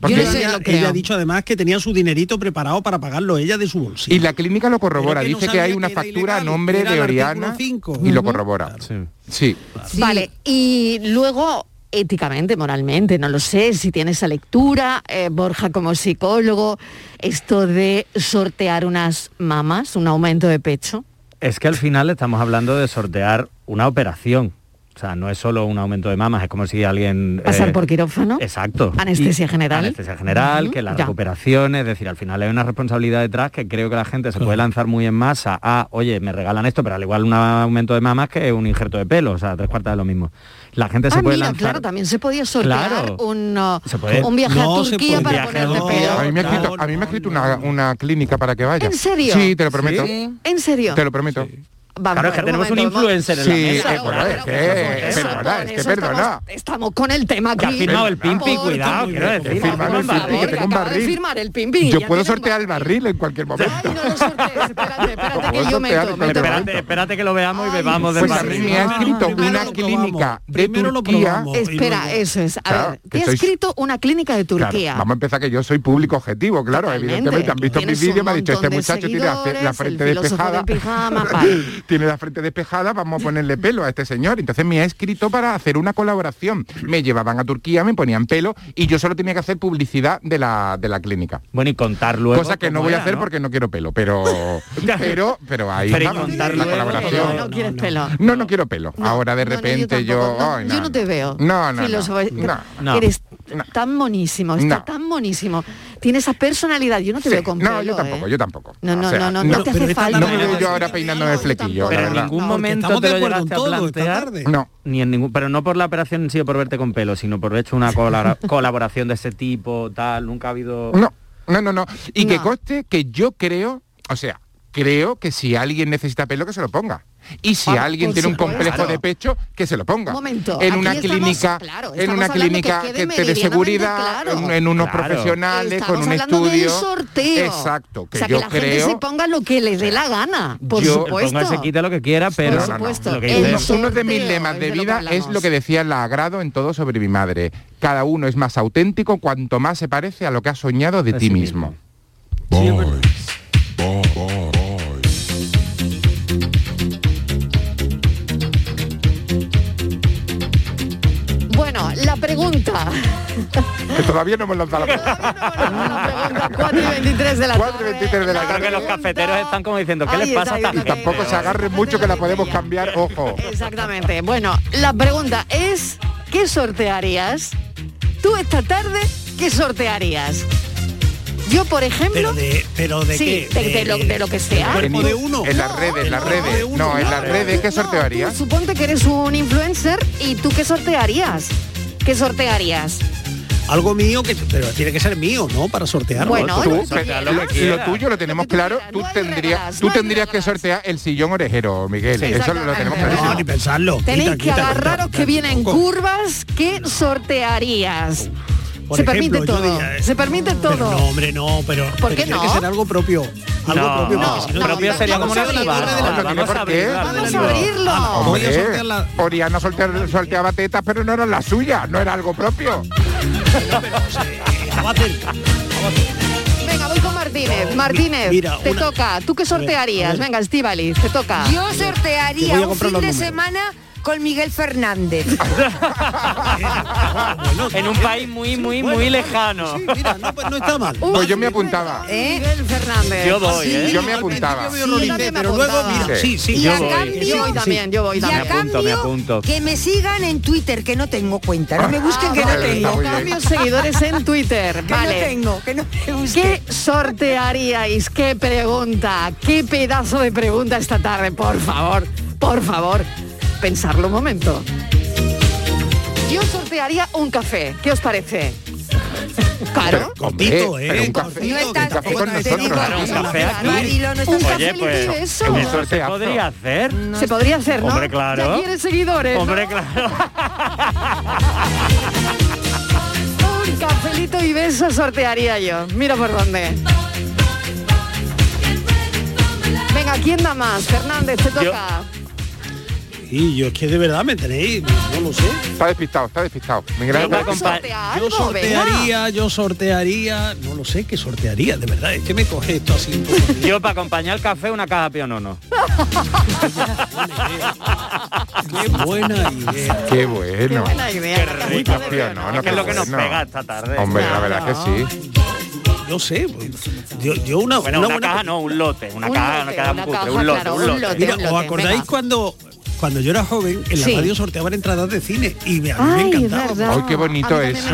Speaker 12: Porque
Speaker 11: no sé,
Speaker 12: ella,
Speaker 11: lo creo.
Speaker 12: ella ha dicho además que tenía su dinerito preparado para pagarlo ella de su bolsillo.
Speaker 11: Y la clínica lo corrobora,
Speaker 12: Pero que no
Speaker 11: dice que hay
Speaker 12: sabía
Speaker 11: una
Speaker 12: que era
Speaker 11: factura a
Speaker 12: ilegal,
Speaker 11: nombre
Speaker 12: era
Speaker 11: de
Speaker 12: el artículo
Speaker 11: Oriana
Speaker 12: cinco.
Speaker 11: y lo
Speaker 12: Ujú.
Speaker 11: corrobora. Sí.
Speaker 9: Vale, y luego éticamente, moralmente, no lo sé, si tiene esa lectura, eh, Borja como psicólogo, esto de sortear unas mamas, un aumento de pecho.
Speaker 10: Es que al final estamos hablando de sortear una operación. O sea, no es solo un aumento de mamas, es como si alguien...
Speaker 9: Pasar
Speaker 10: eh,
Speaker 9: por quirófano.
Speaker 10: Exacto.
Speaker 9: Anestesia
Speaker 10: Y-
Speaker 9: general.
Speaker 10: Anestesia general,
Speaker 9: Ujú,
Speaker 10: que la
Speaker 9: ya.
Speaker 10: recuperación, es decir, al final hay una responsabilidad detrás que creo que la gente se puede lanzar muy en masa a, oye, me regalan esto, pero al igual un aumento de mamas que un injerto de pelo, o sea, tres cuartas de lo mismo. La gente se
Speaker 9: ah,
Speaker 10: puede
Speaker 9: mira,
Speaker 10: lanzar...
Speaker 9: claro, también se podía sortear
Speaker 10: Claro.
Speaker 9: un, uh,
Speaker 10: Se puede.
Speaker 9: un viaje
Speaker 10: No,
Speaker 9: a
Speaker 10: se
Speaker 9: Turquía
Speaker 10: puede.
Speaker 9: para
Speaker 10: Viaje
Speaker 9: ponerte
Speaker 11: No,
Speaker 9: pelo.
Speaker 11: a mí me ha escrito, a mí me ha escrito una, una clínica para que vaya.
Speaker 9: ¿En serio?
Speaker 11: Sí, te lo prometo.
Speaker 9: ¿En serio?
Speaker 11: Te lo prometo.
Speaker 9: Vamos
Speaker 10: Claro, es
Speaker 9: a
Speaker 10: que
Speaker 9: ver,
Speaker 10: tenemos un
Speaker 9: momento, vamos.
Speaker 10: influencer en la
Speaker 11: Sí,
Speaker 10: mesa.
Speaker 11: eh, bueno, es que,
Speaker 9: Eso,
Speaker 11: perdona,
Speaker 9: con
Speaker 11: es que
Speaker 9: eso estamos-
Speaker 11: perdona.
Speaker 9: Estamos con el tema
Speaker 10: Que ha
Speaker 9: aquí.
Speaker 10: firmado el Pimpi,
Speaker 9: Por
Speaker 10: cuidado,
Speaker 9: favor,
Speaker 10: quiero decir.
Speaker 11: He firmado
Speaker 10: por
Speaker 11: el
Speaker 10: favor,
Speaker 11: Pimpi, que tengo un
Speaker 9: acaba de
Speaker 11: barril.
Speaker 9: firmar el Pimpi,
Speaker 11: Yo puedo
Speaker 9: ya tiene un
Speaker 11: sortear el barril en cualquier momento.
Speaker 9: Espérate que yo meto,
Speaker 11: sortear,
Speaker 9: meto.
Speaker 11: espérate.
Speaker 10: Espérate, espérate que lo veamos y bebamos del
Speaker 11: Pues a mí
Speaker 10: barril.
Speaker 11: me ha escrito una clínica de Turquía.
Speaker 9: Espera, eso es. A
Speaker 11: Claro,
Speaker 9: ver,
Speaker 11: que
Speaker 9: te ha
Speaker 11: sois-
Speaker 9: escrito una clínica de
Speaker 11: Claro,
Speaker 9: Turquía.
Speaker 11: vamos a empezar que yo soy público objetivo, claro, evidentemente. Han visto
Speaker 9: Tienes
Speaker 11: mis
Speaker 9: un
Speaker 11: vídeos, me han dicho, este
Speaker 9: montón de
Speaker 11: muchacho tiene la, la
Speaker 9: seguidores,
Speaker 11: frente
Speaker 9: el filósofo
Speaker 11: despejada.
Speaker 9: del pijama, pal.
Speaker 11: tiene la frente despejada, vamos a ponerle pelo a este señor. Entonces me ha escrito para hacer una colaboración. Me llevaban a Turquía, me ponían pelo y yo solo tenía que hacer publicidad de la, de la clínica.
Speaker 10: Bueno, y contar luego
Speaker 11: Cosa que no
Speaker 10: cómo
Speaker 11: voy a
Speaker 10: era,
Speaker 11: hacer
Speaker 10: ¿no?
Speaker 11: porque no quiero pelo, pero pero pero ahí
Speaker 10: Pero y
Speaker 11: vamos,
Speaker 10: contar
Speaker 11: la
Speaker 10: luego que
Speaker 11: colaboración.
Speaker 9: No quieres pelo.
Speaker 11: No, no quiero pelo. Ahora de repente yo, ay,
Speaker 9: Yo no te veo.
Speaker 11: No, no, no.
Speaker 9: filósofo.
Speaker 11: No, no.
Speaker 9: Eres tan monísimo, está
Speaker 11: No.
Speaker 9: tan monísimo. Tiene esa personalidad. Yo no te
Speaker 11: Sí,
Speaker 9: veo con
Speaker 11: no,
Speaker 9: pelo,
Speaker 11: yo tampoco,
Speaker 9: ¿eh?
Speaker 11: yo tampoco.
Speaker 9: No, no,
Speaker 11: O sea,
Speaker 9: no, no, no te hace falta.
Speaker 11: No me veo yo ahora peinándome el flequillo, la
Speaker 10: Pero en
Speaker 11: verdad.
Speaker 10: ningún
Speaker 9: No, porque
Speaker 10: momento
Speaker 9: estamos
Speaker 10: te
Speaker 9: de
Speaker 10: lo
Speaker 9: acuerdo en
Speaker 10: llegaste a
Speaker 9: todo, esta
Speaker 10: plantear.
Speaker 9: tarde.
Speaker 11: No.
Speaker 10: Ni en ningún, pero no por la operación en sí o por verte con pelo, sino por haber hecho una colabora- colaboración de ese tipo, tal, nunca ha habido...
Speaker 11: No, no, no, no. Y que
Speaker 10: No.
Speaker 11: coste que yo creo, o sea, creo que si alguien necesita pelo, que se lo ponga. Y si
Speaker 9: Vamos,
Speaker 11: alguien
Speaker 9: por
Speaker 11: tiene un
Speaker 9: supuesto.
Speaker 11: complejo
Speaker 9: Claro.
Speaker 11: de pecho, que se lo ponga.
Speaker 9: Momento,
Speaker 11: en
Speaker 9: aquí
Speaker 11: una
Speaker 9: estamos-
Speaker 11: clínica,
Speaker 9: claro,
Speaker 11: en
Speaker 9: estamos
Speaker 11: una
Speaker 9: hablando
Speaker 11: clínica
Speaker 9: que quede
Speaker 11: que, te dé
Speaker 9: meridianamente
Speaker 11: seguridad, en, en unos
Speaker 10: Claro.
Speaker 11: profesionales,
Speaker 9: Estamos
Speaker 11: con un
Speaker 9: hablando
Speaker 11: estudio.
Speaker 9: de un sorteo.
Speaker 11: Exacto, que
Speaker 9: o sea,
Speaker 11: yo
Speaker 9: que la
Speaker 11: creo.
Speaker 9: gente se ponga lo que le dé la gana, por
Speaker 11: Yo-
Speaker 9: supuesto.
Speaker 10: Ponga se quita lo que quiera, pero
Speaker 11: No, no, no.
Speaker 9: supuesto,
Speaker 10: lo que
Speaker 9: el
Speaker 10: dice-
Speaker 11: Uno- uno de mis lemas de vida es lo que decía la agrado en todo sobre mi madre. Cada uno es más auténtico cuanto más se parece a lo que has soñado de ti mismo.
Speaker 9: Bueno, la pregunta.
Speaker 11: Que todavía no hemos lanzado la pregunta.
Speaker 9: 4 y 23 de la tarde.
Speaker 11: de la
Speaker 10: Creo que los cafeteros están como diciendo, ¿qué
Speaker 9: Ahí
Speaker 10: les
Speaker 9: está,
Speaker 10: pasa a
Speaker 9: ahí
Speaker 10: esta
Speaker 9: está.
Speaker 10: gente?
Speaker 11: Tampoco se agarren mucho que la podemos cambiar, ojo.
Speaker 9: Exactamente. Bueno, la pregunta es, ¿qué sortearías? Tú esta tarde, ¿qué sortearías? Yo, por ejemplo...
Speaker 12: Pero de, pero de
Speaker 9: sí,
Speaker 12: qué?
Speaker 9: de, de lo, de lo que
Speaker 11: ¿Este
Speaker 9: sea.
Speaker 12: del cuerpo de uno.
Speaker 11: En las redes, en las redes. No, en las redes, ¿qué sorteo haría?
Speaker 9: Tú Suponte que eres un influencer y tú qué sortearías. ¿Qué sortearías?
Speaker 12: Algo mío que pero tiene que ser mío, ¿no? Para sortearlo.
Speaker 9: Bueno,
Speaker 11: Tú,
Speaker 9: lo
Speaker 11: pe- lo, lo tuyo lo tenemos claro. Tú tendrías, tú tendrías que sortear el sillón orejero, Miguel.
Speaker 9: Sí,
Speaker 11: Eso lo tenemos clarísimo.
Speaker 12: ni pensarlo.
Speaker 9: Tenéis
Speaker 12: Quita,
Speaker 9: que
Speaker 12: quita, quita.
Speaker 9: agarraros que vienen curvas, ¿qué sortearías?
Speaker 12: Por
Speaker 9: Se
Speaker 12: ejemplo,
Speaker 9: permite
Speaker 12: yo
Speaker 9: todo.
Speaker 12: diría, eh,
Speaker 9: Se permite
Speaker 12: Pero no,
Speaker 9: todo.
Speaker 12: hombre, no, pero,
Speaker 9: ¿Por
Speaker 12: pero
Speaker 9: qué
Speaker 12: tiene
Speaker 9: no?
Speaker 12: que ser algo propio. Algo
Speaker 10: No,
Speaker 12: propio. porque
Speaker 10: no,
Speaker 12: si no,
Speaker 10: propio
Speaker 12: no,
Speaker 10: sería
Speaker 12: no,
Speaker 10: como
Speaker 12: no,
Speaker 10: una
Speaker 12: no,
Speaker 10: privada.
Speaker 12: no, no, no,
Speaker 10: Vamos
Speaker 12: tiene
Speaker 10: a
Speaker 12: por
Speaker 10: abrir,
Speaker 12: qué.
Speaker 10: vamos
Speaker 9: a abrirlo.
Speaker 10: Ah,
Speaker 12: Voy a
Speaker 11: Hombre,
Speaker 12: sortear la-
Speaker 11: Oriana sortea- sorteaba tetas, pero no eran las suyas, no era algo propio.
Speaker 9: Venga, voy con Martínez. Martínez,
Speaker 11: mira,
Speaker 9: te
Speaker 11: una-
Speaker 9: toca. ¿Tú qué sortearías? Venga, Estivali, te toca.
Speaker 13: Yo sortearía un fin de semana con Miguel Fernández.
Speaker 10: en un país muy, muy, muy lejano.
Speaker 12: no está mal.
Speaker 11: Pues yo me apuntaba.
Speaker 13: ¿eh?
Speaker 9: Miguel Fernández.
Speaker 10: Yo doy, ¿eh?
Speaker 11: Yo me apuntaba.
Speaker 9: Sí, yo también me apuntaba.
Speaker 11: Sí.
Speaker 9: Y
Speaker 10: yo
Speaker 9: a
Speaker 10: voy.
Speaker 9: cambio-
Speaker 10: Sí,
Speaker 9: yo voy
Speaker 10: sí.
Speaker 9: también, yo voy
Speaker 10: Y a
Speaker 9: también.
Speaker 10: Me apunto, me apunto.
Speaker 13: Que me sigan en Twitter, que no tengo cuenta. No me busquen que no
Speaker 9: vale, está
Speaker 13: tengo.
Speaker 9: muy bien. Cambio seguidores en Twitter,
Speaker 13: Que
Speaker 9: vale.
Speaker 13: no tengo, que no me
Speaker 9: ¿Qué sortearíais? ¿Qué pregunta? ¿Qué pedazo de pregunta esta tarde? Por favor, por favor, pensarlo un momento. Yo sortearía un café. ¿Qué os parece? Claro.
Speaker 12: Cortito, ¿eh?
Speaker 11: un café, un café con nosotros.
Speaker 10: Claro, un café aquí.
Speaker 9: Un café
Speaker 10: Oye, pues,
Speaker 9: libre, eso.
Speaker 10: ¿cómo
Speaker 9: Un
Speaker 10: se
Speaker 9: sorteazo.
Speaker 10: podría hacer?
Speaker 9: Se podría hacer, ¿no?
Speaker 10: Hombre, claro.
Speaker 9: Ya quieres seguidores. ¿no?
Speaker 10: Hombre, claro.
Speaker 9: Un cafelito y beso sortearía yo. Mira por dónde. Venga, ¿quién da más? Fernández, te toca.
Speaker 12: Y yo es que de verdad me tenéis, no lo sé.
Speaker 11: Está despistado, está despistado. Miguel
Speaker 12: Yo,
Speaker 11: Ángel.
Speaker 12: yo sortearía, yo sortearía, no lo sé qué sortearía, de verdad, es que me coge esto así.
Speaker 10: Yo para acompañar el café una caja pionono.
Speaker 12: Qué buena idea.
Speaker 11: Qué bueno.
Speaker 9: buena idea.
Speaker 11: Qué rico, no, no,
Speaker 10: que es lo
Speaker 11: qué
Speaker 10: que nos
Speaker 11: bueno.
Speaker 10: pega esta tarde.
Speaker 11: Hombre, la verdad es que sí.
Speaker 12: No sé, pues, yo, yo una,
Speaker 10: Bueno, una, caja no, un lote, una
Speaker 12: Un
Speaker 10: caja,
Speaker 12: lote,
Speaker 10: no queda
Speaker 12: una
Speaker 10: cutre,
Speaker 12: caja,
Speaker 10: un lote,
Speaker 12: claro,
Speaker 10: un
Speaker 12: un
Speaker 10: lote.
Speaker 12: lote, Mira, un ¿os lote, acordáis venga. cuando cuando yo era joven, en la
Speaker 10: Sí.
Speaker 12: radio sorteaban entradas de cine y me, a mí
Speaker 9: Ay,
Speaker 12: me encantaba.
Speaker 9: verdad.
Speaker 11: Ay, qué bonito eso.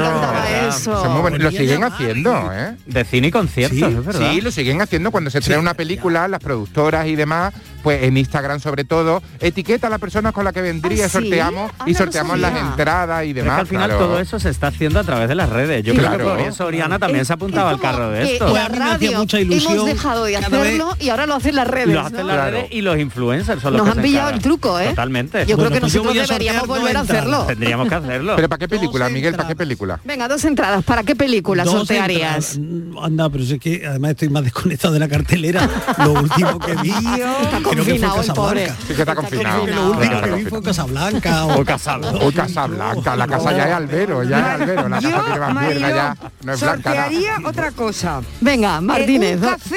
Speaker 11: Son muy buenos. Lo siguen haciendo, ¿eh?
Speaker 10: De cine y conciertos, es verdad.
Speaker 11: Sí, lo siguen haciendo cuando se trae una película, las productoras y demás, pues en Instagram sobre todo, etiqueta a la persona con la que vendría,
Speaker 10: Ah, sí.
Speaker 11: sorteamos y
Speaker 10: Ah, no lo
Speaker 11: sorteamos las
Speaker 10: sabía.
Speaker 11: entradas y
Speaker 10: Pero es
Speaker 11: demás.
Speaker 10: que al final
Speaker 11: claro.
Speaker 10: todo eso se está haciendo a través de las redes. Yo creo
Speaker 11: Claro.
Speaker 10: que por eso Oriana también se apuntaba al carro de
Speaker 9: Que
Speaker 10: esto.
Speaker 9: la radio hemos dejado de
Speaker 12: cada vez-
Speaker 9: hacerlo y ahora lo hacen las redes.
Speaker 10: Lo hacen
Speaker 9: ¿no?
Speaker 10: las redes y los influencers son los
Speaker 9: Nos
Speaker 10: que
Speaker 9: han
Speaker 10: se
Speaker 9: pillado
Speaker 10: encargan.
Speaker 9: el truco, ¿eh?
Speaker 10: Totalmente.
Speaker 9: Yo creo que
Speaker 10: pues
Speaker 9: nosotros deberíamos volver a hacerlo.
Speaker 10: Tendríamos que hacerlo.
Speaker 11: Pero ¿para qué película, Miguel? ¿Para qué película?
Speaker 9: Venga, dos entradas. ¿Para qué película
Speaker 12: Dos
Speaker 9: sortearías?
Speaker 12: entradas. Anda, pero es que además estoy más desconectado de la cartelera. Lo último que vi, creo que fue
Speaker 9: confinado el pobre.
Speaker 12: Casablanca.
Speaker 11: Sí que está confinado.
Speaker 12: Lo último
Speaker 11: Claro,
Speaker 12: que vi fue Casablanca o,
Speaker 11: Casablanca. O Casablanca, la casa ya es albero, ya es albero, la casa tiene más mierda ya, no es blanca. nada.
Speaker 13: Sortearía otra cosa.
Speaker 9: Venga, Martínez,
Speaker 13: Eh, un
Speaker 9: do-
Speaker 13: café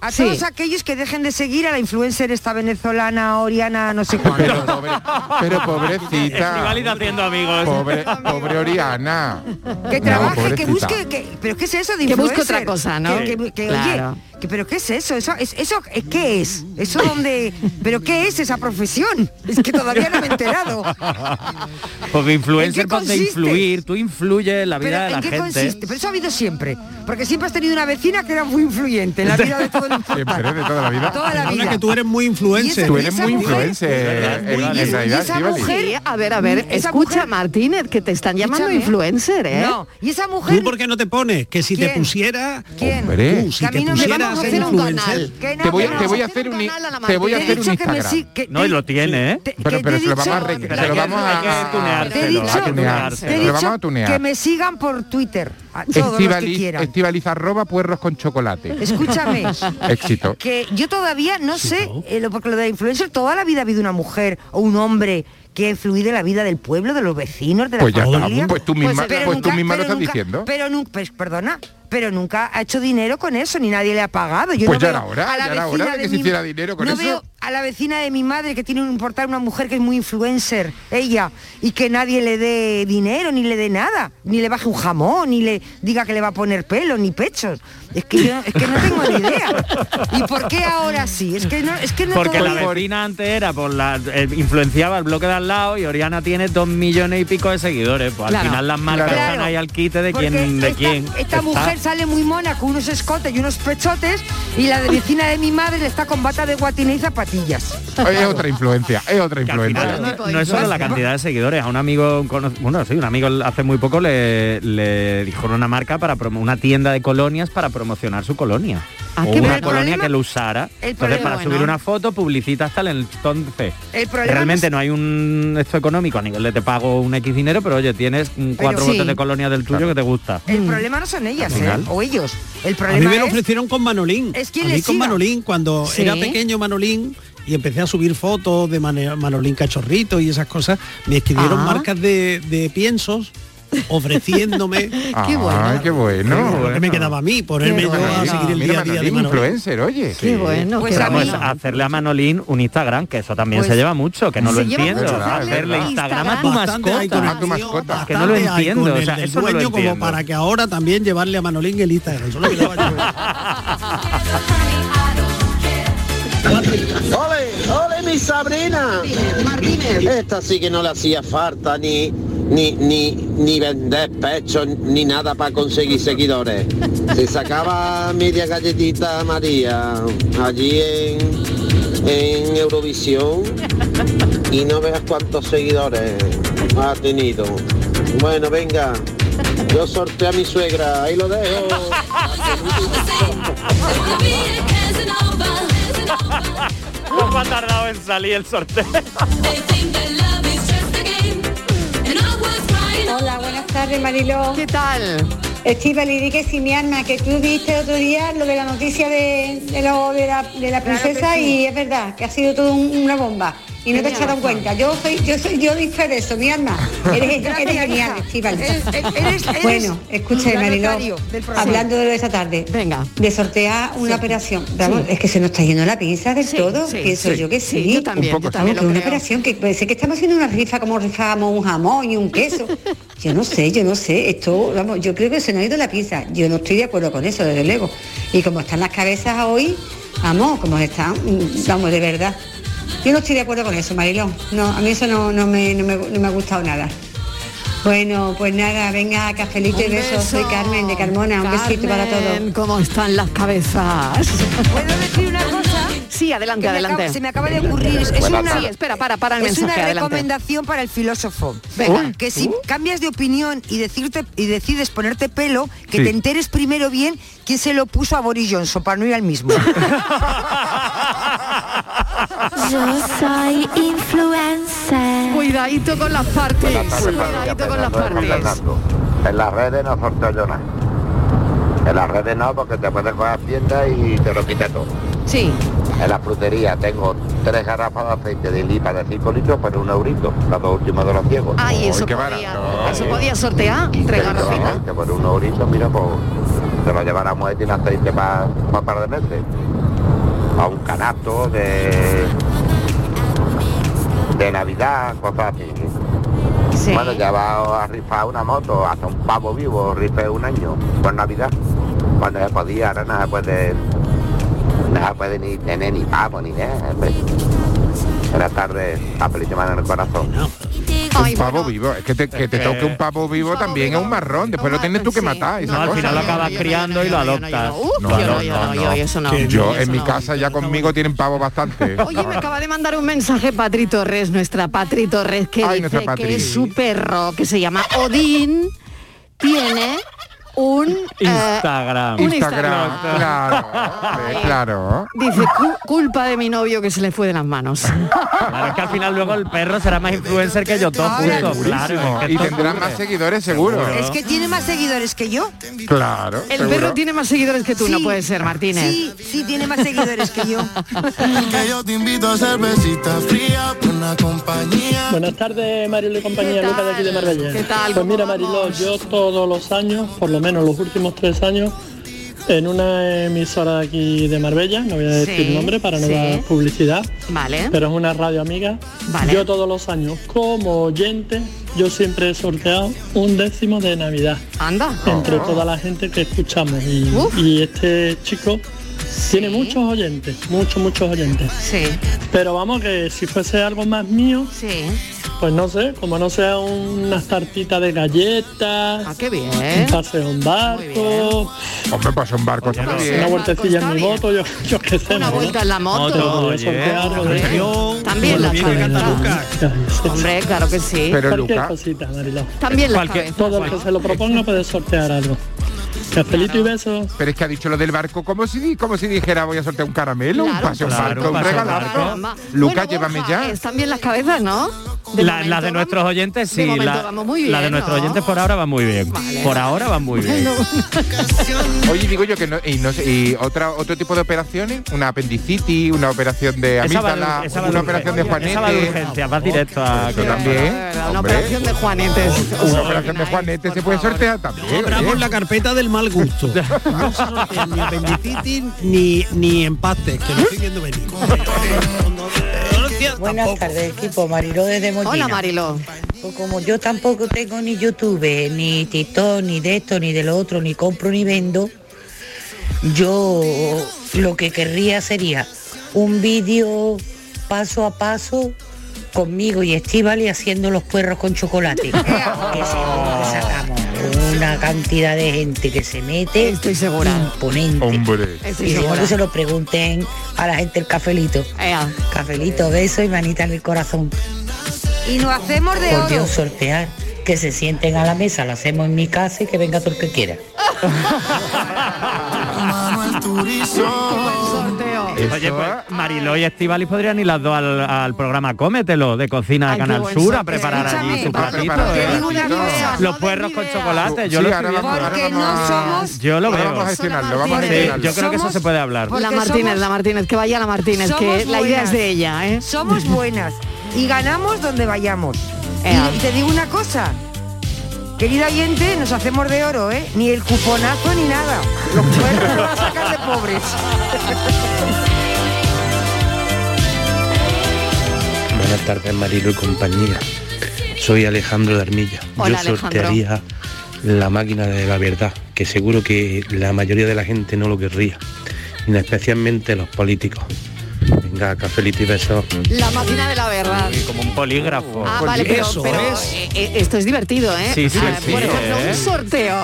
Speaker 13: a
Speaker 9: Sí.
Speaker 13: todos aquellos que dejen de seguir a la influencer esta venezolana, Oriana, no sé
Speaker 11: Pero,
Speaker 13: cuánto.
Speaker 11: pobre- pero pobrecita,
Speaker 10: Estivali está haciendo amigos.
Speaker 11: pobre, pobre Oriana.
Speaker 13: que
Speaker 11: No,
Speaker 13: trabaje, que
Speaker 11: pobrecita.
Speaker 13: busque, que, pero ¿qué es eso de
Speaker 9: Que busque
Speaker 13: influencer?
Speaker 9: otra cosa, ¿no?
Speaker 13: Que, que- que, oye,
Speaker 9: Claro.
Speaker 13: que- pero ¿qué es eso? Eso, es, eso eh, ¿Qué es? ¿Eso dónde? ¿Pero qué es esa profesión? Es que todavía no me he enterado.
Speaker 10: Porque
Speaker 13: ¿En
Speaker 10: influencer
Speaker 13: qué
Speaker 10: ponte a
Speaker 13: consiste?
Speaker 10: Pues influir, tú influyes en la vida
Speaker 13: Pero,
Speaker 10: de
Speaker 13: ¿en
Speaker 10: la
Speaker 13: qué
Speaker 10: gente.
Speaker 13: consiste? Pero eso ha habido siempre. Porque siempre has tenido una vecina que era muy influyente en la vida de todo el mundo.
Speaker 11: Siempre, de toda la vida.
Speaker 13: Toda la
Speaker 12: Ahora
Speaker 13: vida.
Speaker 12: que tú eres muy influencer.
Speaker 11: Tú eres muy influencer, eh, en, en realidad,
Speaker 13: esa
Speaker 11: Estivali.
Speaker 13: mujer-
Speaker 9: Sí, a ver, a ver,
Speaker 13: Esa
Speaker 9: escucha Martínez, que te están llamando
Speaker 13: Escúchame.
Speaker 9: influencer, ¿eh?
Speaker 13: No, y esa mujer
Speaker 12: ¿Tú por qué no te pones? Que si te
Speaker 13: ¿Quién?
Speaker 12: pusiera...
Speaker 13: ¿Quién?
Speaker 11: Hombre.
Speaker 12: Tú, si te
Speaker 13: Camino, le
Speaker 12: pusieras
Speaker 13: vamos a
Speaker 12: ser
Speaker 13: hacer un
Speaker 12: influencer...
Speaker 13: canal. Que no,
Speaker 11: Te voy,
Speaker 13: que
Speaker 11: te
Speaker 13: no.
Speaker 11: voy a hacer un, i- te voy a
Speaker 13: Te he
Speaker 11: hacer un
Speaker 13: dicho que me
Speaker 11: Instagram.
Speaker 13: sí, que-
Speaker 10: No, y lo tiene, ¿eh?
Speaker 13: te-
Speaker 11: Pero,
Speaker 13: que
Speaker 11: pero
Speaker 13: te
Speaker 11: se
Speaker 13: he
Speaker 11: lo vamos a,
Speaker 13: dicho-
Speaker 11: re- se
Speaker 10: Hay
Speaker 11: lo
Speaker 10: que-
Speaker 11: vamos a,
Speaker 10: hay que tuneárselo,
Speaker 13: Te he
Speaker 10: hay que
Speaker 13: dicho-
Speaker 10: tuneárselo.
Speaker 13: Te he
Speaker 11: Lo vamos a
Speaker 13: dicho
Speaker 11: tunear.
Speaker 13: que me sigan por Twitter, a todos los que
Speaker 11: Estivaliz,
Speaker 13: quieran.
Speaker 11: Estivaliz arroba puerros con chocolate.
Speaker 13: Escúchame,
Speaker 11: Éxito.
Speaker 13: que yo todavía no sé, eh, lo- porque lo de influencer, toda la vida ha habido una mujer o un hombre que ha influido en la vida del pueblo, de los vecinos, de la
Speaker 11: Pues ya está,
Speaker 13: familia.
Speaker 11: pues tú misma-
Speaker 13: pero
Speaker 11: pues tú misma lo
Speaker 13: pero
Speaker 11: estás
Speaker 13: nunca-
Speaker 11: diciendo.
Speaker 13: Pero nunca, pues, perdona, pero nunca ha hecho dinero con eso, ni nadie le ha pagado. Yo
Speaker 11: Pues
Speaker 13: no
Speaker 11: ya
Speaker 13: veo
Speaker 11: era hora,
Speaker 13: a la
Speaker 11: ya era hora
Speaker 13: vecina
Speaker 11: de que
Speaker 13: de
Speaker 11: se
Speaker 13: mi-
Speaker 11: hiciera dinero con
Speaker 13: no
Speaker 11: eso.
Speaker 13: veo a la vecina de mi madre que tiene un portal, una mujer que es muy influencer, ella, y que nadie le dé dinero, ni le dé nada, ni le baje un jamón, ni le diga que le va a poner pelo, ni pechos. Es que, yo, es que no tengo ni idea. ¿Y por qué ahora sí? Es que no, es que no
Speaker 10: Porque la
Speaker 13: todavía-
Speaker 10: vecina antes era por la eh, influenciaba el bloque de al lado y Oriana tiene dos millones y pico de seguidores. Pues
Speaker 13: Claro.
Speaker 10: al final las marcas
Speaker 13: Claro.
Speaker 10: están ahí al quite de
Speaker 13: Porque
Speaker 10: quién, de
Speaker 13: esta-
Speaker 10: quién.
Speaker 13: Esta,
Speaker 10: Está-
Speaker 13: mujer sale muy mona con unos escotes y unos pechotes y la de vecina de mi madre le está con bata de guatina y zapatillas.
Speaker 11: Es otra influencia, es otra influencia.
Speaker 10: No es solo la cantidad de seguidores. A un amigo, un cono- bueno, sí, un amigo hace muy poco le, le dijo una marca para promo- una tienda de colonias para promocionar su colonia.
Speaker 9: Ah,
Speaker 10: o
Speaker 9: qué
Speaker 10: una
Speaker 9: bueno.
Speaker 10: colonia
Speaker 9: El problema-
Speaker 10: que lo usara.
Speaker 9: el
Speaker 10: Entonces,
Speaker 9: problema,
Speaker 10: para subir
Speaker 9: bueno.
Speaker 10: una foto, publicita hasta el entonces.
Speaker 13: El problema
Speaker 10: Realmente no hay un esto económico a nivel de te pago un X dinero, pero oye, tienes mm, cuatro
Speaker 13: sí.
Speaker 10: botes de colonia del tuyo que te gusta.
Speaker 9: Eh,
Speaker 13: El problema no son ellas,
Speaker 10: Al
Speaker 13: ¿eh?
Speaker 10: final.
Speaker 13: o ellos. El
Speaker 12: A mí
Speaker 13: problema
Speaker 12: me lo
Speaker 13: es...
Speaker 12: ofrecieron con Manolín.
Speaker 13: Es
Speaker 12: a
Speaker 13: quien
Speaker 12: mí
Speaker 13: le
Speaker 12: con
Speaker 13: siga.
Speaker 12: Manolín, cuando
Speaker 13: Sí.
Speaker 12: era pequeño Manolín y empecé a subir fotos de Mane- Manolín cachorrito y esas cosas, me escribieron
Speaker 9: Ah.
Speaker 12: marcas de, de piensos ofreciéndome
Speaker 11: Qué bueno. Ay, qué bueno.
Speaker 12: Lo que me quedaba a mí, ponerme yo a seguir el
Speaker 11: Mira,
Speaker 12: día a día de
Speaker 11: Manolín,
Speaker 12: Manolo.
Speaker 11: influencer, oye.
Speaker 9: Qué bueno,
Speaker 10: Pues
Speaker 9: qué
Speaker 10: vamos,
Speaker 9: bueno. Pues
Speaker 10: hacerle a Manolín un Instagram, que eso también se lleva mucho, que no lo
Speaker 9: se lleva
Speaker 10: entiendo.
Speaker 9: mucho hacerle
Speaker 10: hacerle Instagram a tu
Speaker 12: Bastante hay
Speaker 10: mascota.
Speaker 12: con el-
Speaker 10: Que no lo
Speaker 12: bastante hay
Speaker 10: entiendo.
Speaker 12: con
Speaker 10: o
Speaker 12: el
Speaker 10: sea,
Speaker 12: del
Speaker 10: eso no lo
Speaker 12: dueño como
Speaker 10: entiendo.
Speaker 12: para que ahora también llevarle a Manolín el Instagram. Eso es lo que le voy a
Speaker 14: ¡Ole, ole mi Sabrina! Esta sí que no le hacía falta ni, ni, ni, ni vender pecho ni nada para conseguir seguidores. Se sacaba media galletita María allí en, en Eurovisión y no veas cuántos seguidores ha tenido. Bueno, venga, yo sorteo a mi suegra, ahí lo dejo.
Speaker 10: ¿Cómo ha tardado en salir el sorteo?
Speaker 15: Hola, buenas tardes Mariló. ¿Qué
Speaker 9: tal?
Speaker 15: Estivali, di que si mi alma, que tú viste otro día lo de la noticia de, de lo- de la, de la
Speaker 16: Claro
Speaker 15: princesa
Speaker 16: que sí.
Speaker 15: y es verdad, que ha sido todo un- una bomba. Y no te has
Speaker 16: Tenía
Speaker 15: dado
Speaker 16: razón.
Speaker 15: cuenta. Yo soy, yo soy, yo dije de eso, mi alma. Eres,
Speaker 16: Gracias,
Speaker 15: eres
Speaker 16: hija.
Speaker 15: genial, Estivali.
Speaker 16: Eres- eres- eres
Speaker 15: Bueno, escucha,
Speaker 16: la
Speaker 15: Mariló,
Speaker 16: notario del programa.
Speaker 15: hablando de lo de esta tarde. Venga. De sortear una operación. Vamos, Es que se nos está yendo la pinza del todo.
Speaker 16: sí,
Speaker 15: Pienso
Speaker 16: sí.
Speaker 15: yo que sí.
Speaker 16: Sí, yo también, Un poco yo también
Speaker 15: Vamos,
Speaker 16: lo
Speaker 15: que una
Speaker 16: creo.
Speaker 15: operación que parece que estamos haciendo una rifa como rifamos un jamón y un queso. Yo no sé, yo no sé, esto, vamos, yo creo que se nos ha ido la pinza. Yo no estoy de acuerdo con eso, desde luego. Y como están las cabezas hoy, vamos, como están, mm, vamos, de verdad. Yo no estoy de acuerdo con eso, Marilón. No, a mí eso no, no me, no me- no me ha gustado nada. Bueno, pues nada, venga, cafelito y
Speaker 9: Un
Speaker 15: besos. Soy
Speaker 9: beso.
Speaker 15: Carmen de Carmona, un besito para todos.
Speaker 9: Carmen, ¿Cómo están las cabezas?
Speaker 13: ¿Puedo decir una cosa?
Speaker 9: Sí, adelante,
Speaker 13: Que me
Speaker 9: adelante.
Speaker 13: acaba- se me acaba de ocurrir. Es
Speaker 9: Buenas
Speaker 13: una,
Speaker 9: tardes. Sí, espera, para, para el
Speaker 13: es
Speaker 9: mensaje,
Speaker 13: una
Speaker 9: adelante.
Speaker 13: recomendación para el filósofo.
Speaker 9: Venga. Uy.
Speaker 13: que si cambias de opinión y, decirte, y decides ponerte pelo, que
Speaker 9: Sí.
Speaker 13: te enteres primero bien quién se lo puso a Boris Johnson para no ir al mismo.
Speaker 17: Yo soy influencer.
Speaker 9: Cuidadito con las partes. Cuidadito con las partes.
Speaker 18: En las redes no sorteo yo nada. En las redes no, porque te puedes coger tiendas y te lo quita todo.
Speaker 9: Sí.
Speaker 18: En la frutería tengo tres garrafas de aceite de lipa de 5 litros por un eurito, las dos últimas de los ciegos.
Speaker 9: Ay, eso podía, eso podía sortear. Tres garrafitas.
Speaker 18: Que por un eurito, mira, pues se lo llevará mujer y tiene aceite para un par de meses. A un canasto de de Navidad, cosas así. Bueno, ya va a rifar una moto, hasta un pavo vivo, rifé un año por Navidad. Cuando se podía, ahora no se puede, no se puede ni tener ni pavo ni nada. pues. Buenas tardes, a feliz semana en el corazón.
Speaker 11: un pavo vivo, es que te, que te toque un pavo vivo también es un marrón, después lo tienes tú que matar. esa
Speaker 10: No, al
Speaker 11: cosa.
Speaker 10: final lo acabas criando y lo adoptas.
Speaker 11: No,
Speaker 10: Lo
Speaker 11: no,
Speaker 10: adoptas,
Speaker 11: no, no.
Speaker 10: Que
Speaker 11: Yo, en mi casa ya conmigo tienen pavo bastante.
Speaker 9: Oye, me acaba de mandar un mensaje Patri Torres, nuestra Patri Torres, que dice
Speaker 11: nuestra
Speaker 9: que
Speaker 11: Patri.
Speaker 9: su perro, que se llama Odín, tiene un... eh,
Speaker 10: Instagram.
Speaker 9: un
Speaker 11: Instagram,
Speaker 9: Instagram.
Speaker 11: claro, hombre, claro.
Speaker 9: Dice, "Cu- culpa de mi novio que se le fue de las manos.
Speaker 10: Claro, es que al final luego el perro será más influencer que yo todo junto, claro.
Speaker 11: Y tendrán más seguidores seguro.
Speaker 13: es que tiene más seguidores que yo.
Speaker 11: Claro.
Speaker 9: El
Speaker 11: seguro.
Speaker 9: perro tiene más seguidores que tú, no
Speaker 13: Sí.
Speaker 9: puede ser, Martínez.
Speaker 13: Sí, sí, tiene más seguidores que yo.
Speaker 19: Que yo te invito a cervecita fría, una compañía. Buenas tardes, Marilo y compañía, Lucas de aquí de Marbella.
Speaker 9: ¿Qué tal?
Speaker 19: Pues mira, Marilo, yo todos los años, por lo menos los últimos tres años, en una emisora de aquí de Marbella, no voy a decir
Speaker 9: Sí,
Speaker 19: nombre para no
Speaker 9: sí.
Speaker 19: dar publicidad,
Speaker 9: Vale.
Speaker 19: pero es una radio amiga.
Speaker 9: Vale.
Speaker 19: Yo todos los años, como oyente, yo siempre he sorteado un décimo de Navidad.
Speaker 9: Anda. Oh.
Speaker 19: Entre toda la gente que escuchamos. Y, y este chico tiene muchos oyentes, muchos, muchos oyentes.
Speaker 9: Sí.
Speaker 19: Pero vamos, que si fuese algo más mío, pues no sé, como no sea unas tartitas de galletas, ah,
Speaker 9: qué bien.
Speaker 19: un paseo en barco,
Speaker 11: Hombre, pues un barco está
Speaker 19: una
Speaker 11: bien.
Speaker 19: vueltecilla en mi moto, yo, yo qué sé.
Speaker 9: Una
Speaker 19: ¿no?
Speaker 9: vuelta en la moto.
Speaker 19: Pero podría sortear algo de-
Speaker 9: También la cabeza. Hombre, claro que sí.
Speaker 19: Pero Cualquier Luca- cosita, Mariló.
Speaker 9: También las
Speaker 19: Cualquier-
Speaker 9: cabezas.
Speaker 19: Todo el que se lo proponga puede sortear algo. Cafelito y besos.
Speaker 11: Pero es que ha dicho lo del barco como si, di- como si dijera voy a soltar un caramelo, un paseo en
Speaker 10: claro,
Speaker 11: barco,
Speaker 10: un
Speaker 11: un
Speaker 10: paseo en
Speaker 11: regalazo.
Speaker 10: barco.
Speaker 11: Luca, llévame ya.
Speaker 9: Están bien las cabezas, ¿no?
Speaker 10: La- las de nuestros oyentes sí,
Speaker 9: de momento
Speaker 10: la-
Speaker 9: vamos muy bien,
Speaker 10: la de nuestros
Speaker 9: ¿no?
Speaker 10: oyentes por ahora va muy bien. Por ahora va muy bien.
Speaker 11: Oye, digo yo que no, y, no sé, y otra, otro tipo de operaciones, una apendicitis, una operación de
Speaker 10: Esa va de-
Speaker 11: amígdala,
Speaker 10: esa va de
Speaker 11: una
Speaker 10: urgen-
Speaker 11: operación de juanete.
Speaker 10: esa va de urgencias, vas directo a...
Speaker 11: Eso también.
Speaker 9: eh, Una operación de Juanetes.
Speaker 11: Una operación de juanete se puede sortear también.
Speaker 12: Compramos la carpeta del mal gusto. No se sortea ni apendicitis ni, ni empastes, que lo estoy viendo venir.
Speaker 20: Buenas tardes, equipo. Mariló desde Mollina.
Speaker 9: Hola, Mariló.
Speaker 20: Pues como yo tampoco tengo ni YouTube, ni TikTok, ni de esto, ni del otro, ni compro ni vendo, yo lo que querría sería un vídeo paso a paso conmigo y Estivali haciendo los puerros con chocolate. Que seguro que sacamos una cantidad de gente que se mete
Speaker 9: Estoy segura.
Speaker 20: imponente.
Speaker 11: Hombre.
Speaker 20: Y seguro se lo pregunten a la gente el cafelito. Cafelito, beso y manita en el corazón.
Speaker 13: Y nos hacemos de
Speaker 20: Por
Speaker 13: oro.
Speaker 20: Dios, sortear. Que se sienten a la mesa, lo hacemos en mi casa y que venga todo el que quiera.
Speaker 10: Oye, pues Mariló y Estivalis podrían ir las dos al, al programa Cómetelo de Cocina
Speaker 20: Ay, qué
Speaker 10: Canal
Speaker 20: buen
Speaker 10: Sur a
Speaker 20: sorteo.
Speaker 10: preparar allí
Speaker 20: Escúchame,
Speaker 10: su
Speaker 20: a
Speaker 10: platito.
Speaker 20: preparar
Speaker 10: ¿eh?
Speaker 20: Te digo una cosa,
Speaker 10: Los puerros con chocolate, yo
Speaker 11: Sí,
Speaker 10: lo
Speaker 11: ahora
Speaker 10: estoy viendo.
Speaker 11: vamos- ahora Porque no vamos a- somos-
Speaker 10: Yo lo
Speaker 11: ahora
Speaker 10: veo.
Speaker 11: vamos a gestionarlo, vamos a
Speaker 10: Sí,
Speaker 11: gestionarlo.
Speaker 10: Yo creo que eso
Speaker 11: Somos-
Speaker 10: se puede hablar.
Speaker 9: La Martínez, la Martínez, que vaya la Martínez,
Speaker 13: Somos
Speaker 9: que la idea es
Speaker 13: buenas.
Speaker 9: de ella, ¿eh?
Speaker 13: Somos buenas y ganamos donde vayamos.
Speaker 9: Ea.
Speaker 13: Y te digo una cosa, querida oyente, nos hacemos de oro, ¿eh? Ni el cuponazo ni nada. Los puertos nos van a sacar de pobres.
Speaker 21: Buenas tardes, Marilo y compañía. Soy Alejandro de Armilla.
Speaker 22: Hola,
Speaker 21: Yo
Speaker 22: Alejandro.
Speaker 21: sortearía la máquina de la verdad, que seguro que la mayoría de la gente no lo querría, y especialmente los políticos. Venga, cafelito y besos.
Speaker 9: La máquina de la verdad.
Speaker 10: Como un polígrafo.
Speaker 9: Ah, vale, pero, pero, eh, eh, esto es divertido, ¿eh?
Speaker 10: Sí, sí,
Speaker 9: Ah,
Speaker 10: sí,
Speaker 9: por ejemplo,
Speaker 10: ¿eh?
Speaker 9: un sorteo.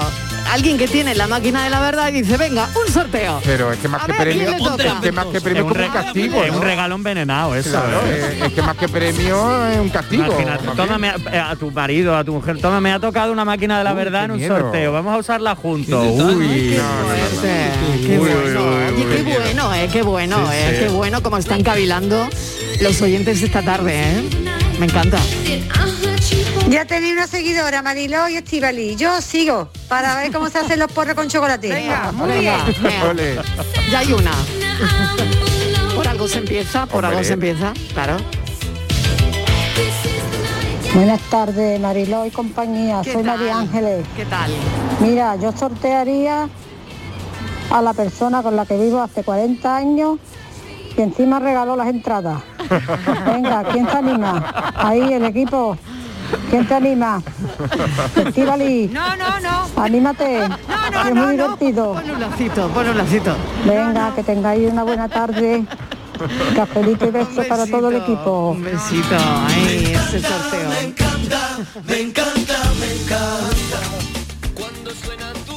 Speaker 9: Alguien que tiene la máquina de la verdad y dice, venga, un sorteo.
Speaker 11: Pero es que más
Speaker 9: A
Speaker 11: que
Speaker 9: ver, ¿quién
Speaker 11: premio,
Speaker 9: le toca?
Speaker 11: es que más que premio es como un castigo.
Speaker 10: Es un
Speaker 11: ¿no?
Speaker 10: regalo envenenado eso.
Speaker 11: Claro,
Speaker 10: ¿eh?
Speaker 11: es- es que más que premio es un castigo.
Speaker 10: Imagínate, tómame a, eh, a tu marido, a tu mujer, toma, me ha tocado una máquina de la
Speaker 11: Uy,
Speaker 10: verdad
Speaker 11: qué
Speaker 10: en un
Speaker 11: miedo.
Speaker 10: sorteo. Vamos a usarla juntos.
Speaker 11: Uy,
Speaker 10: Uy,
Speaker 9: Qué
Speaker 10: Uy, uy,
Speaker 9: bueno,
Speaker 10: uy,
Speaker 9: oye,
Speaker 10: uy,
Speaker 9: qué
Speaker 10: miedo.
Speaker 9: bueno, eh, qué bueno,
Speaker 10: Sí,
Speaker 9: eh,
Speaker 10: sí.
Speaker 9: qué bueno como están cavilando los oyentes esta tarde, ¿eh? Me encanta.
Speaker 16: Ya tenéis una seguidora, Mariló y Estivali. Yo sigo para ver cómo se hacen los porros con chocolate. Venga,
Speaker 9: muy bien.
Speaker 11: Ole.
Speaker 9: Ya hay una. Por algo se empieza, por algo se empieza, claro.
Speaker 23: Buenas tardes, Mariló y compañía. Soy María Ángeles.
Speaker 9: ¿Qué tal?
Speaker 23: Mira, yo sortearía a la persona con la que vivo hace 40 años y encima regaló las entradas. Venga, ¿quién se anima? Ahí el equipo. ¿Quién te anima? Estivali. No, no, no. Anímate. que es muy divertido.
Speaker 9: Pon un lacito, pon un lacito.
Speaker 23: Venga, que tengáis una buena tarde. Cafelito y besos para todo el equipo.
Speaker 9: Un besito, ay, ese sorteo.
Speaker 24: Me encanta, me encanta.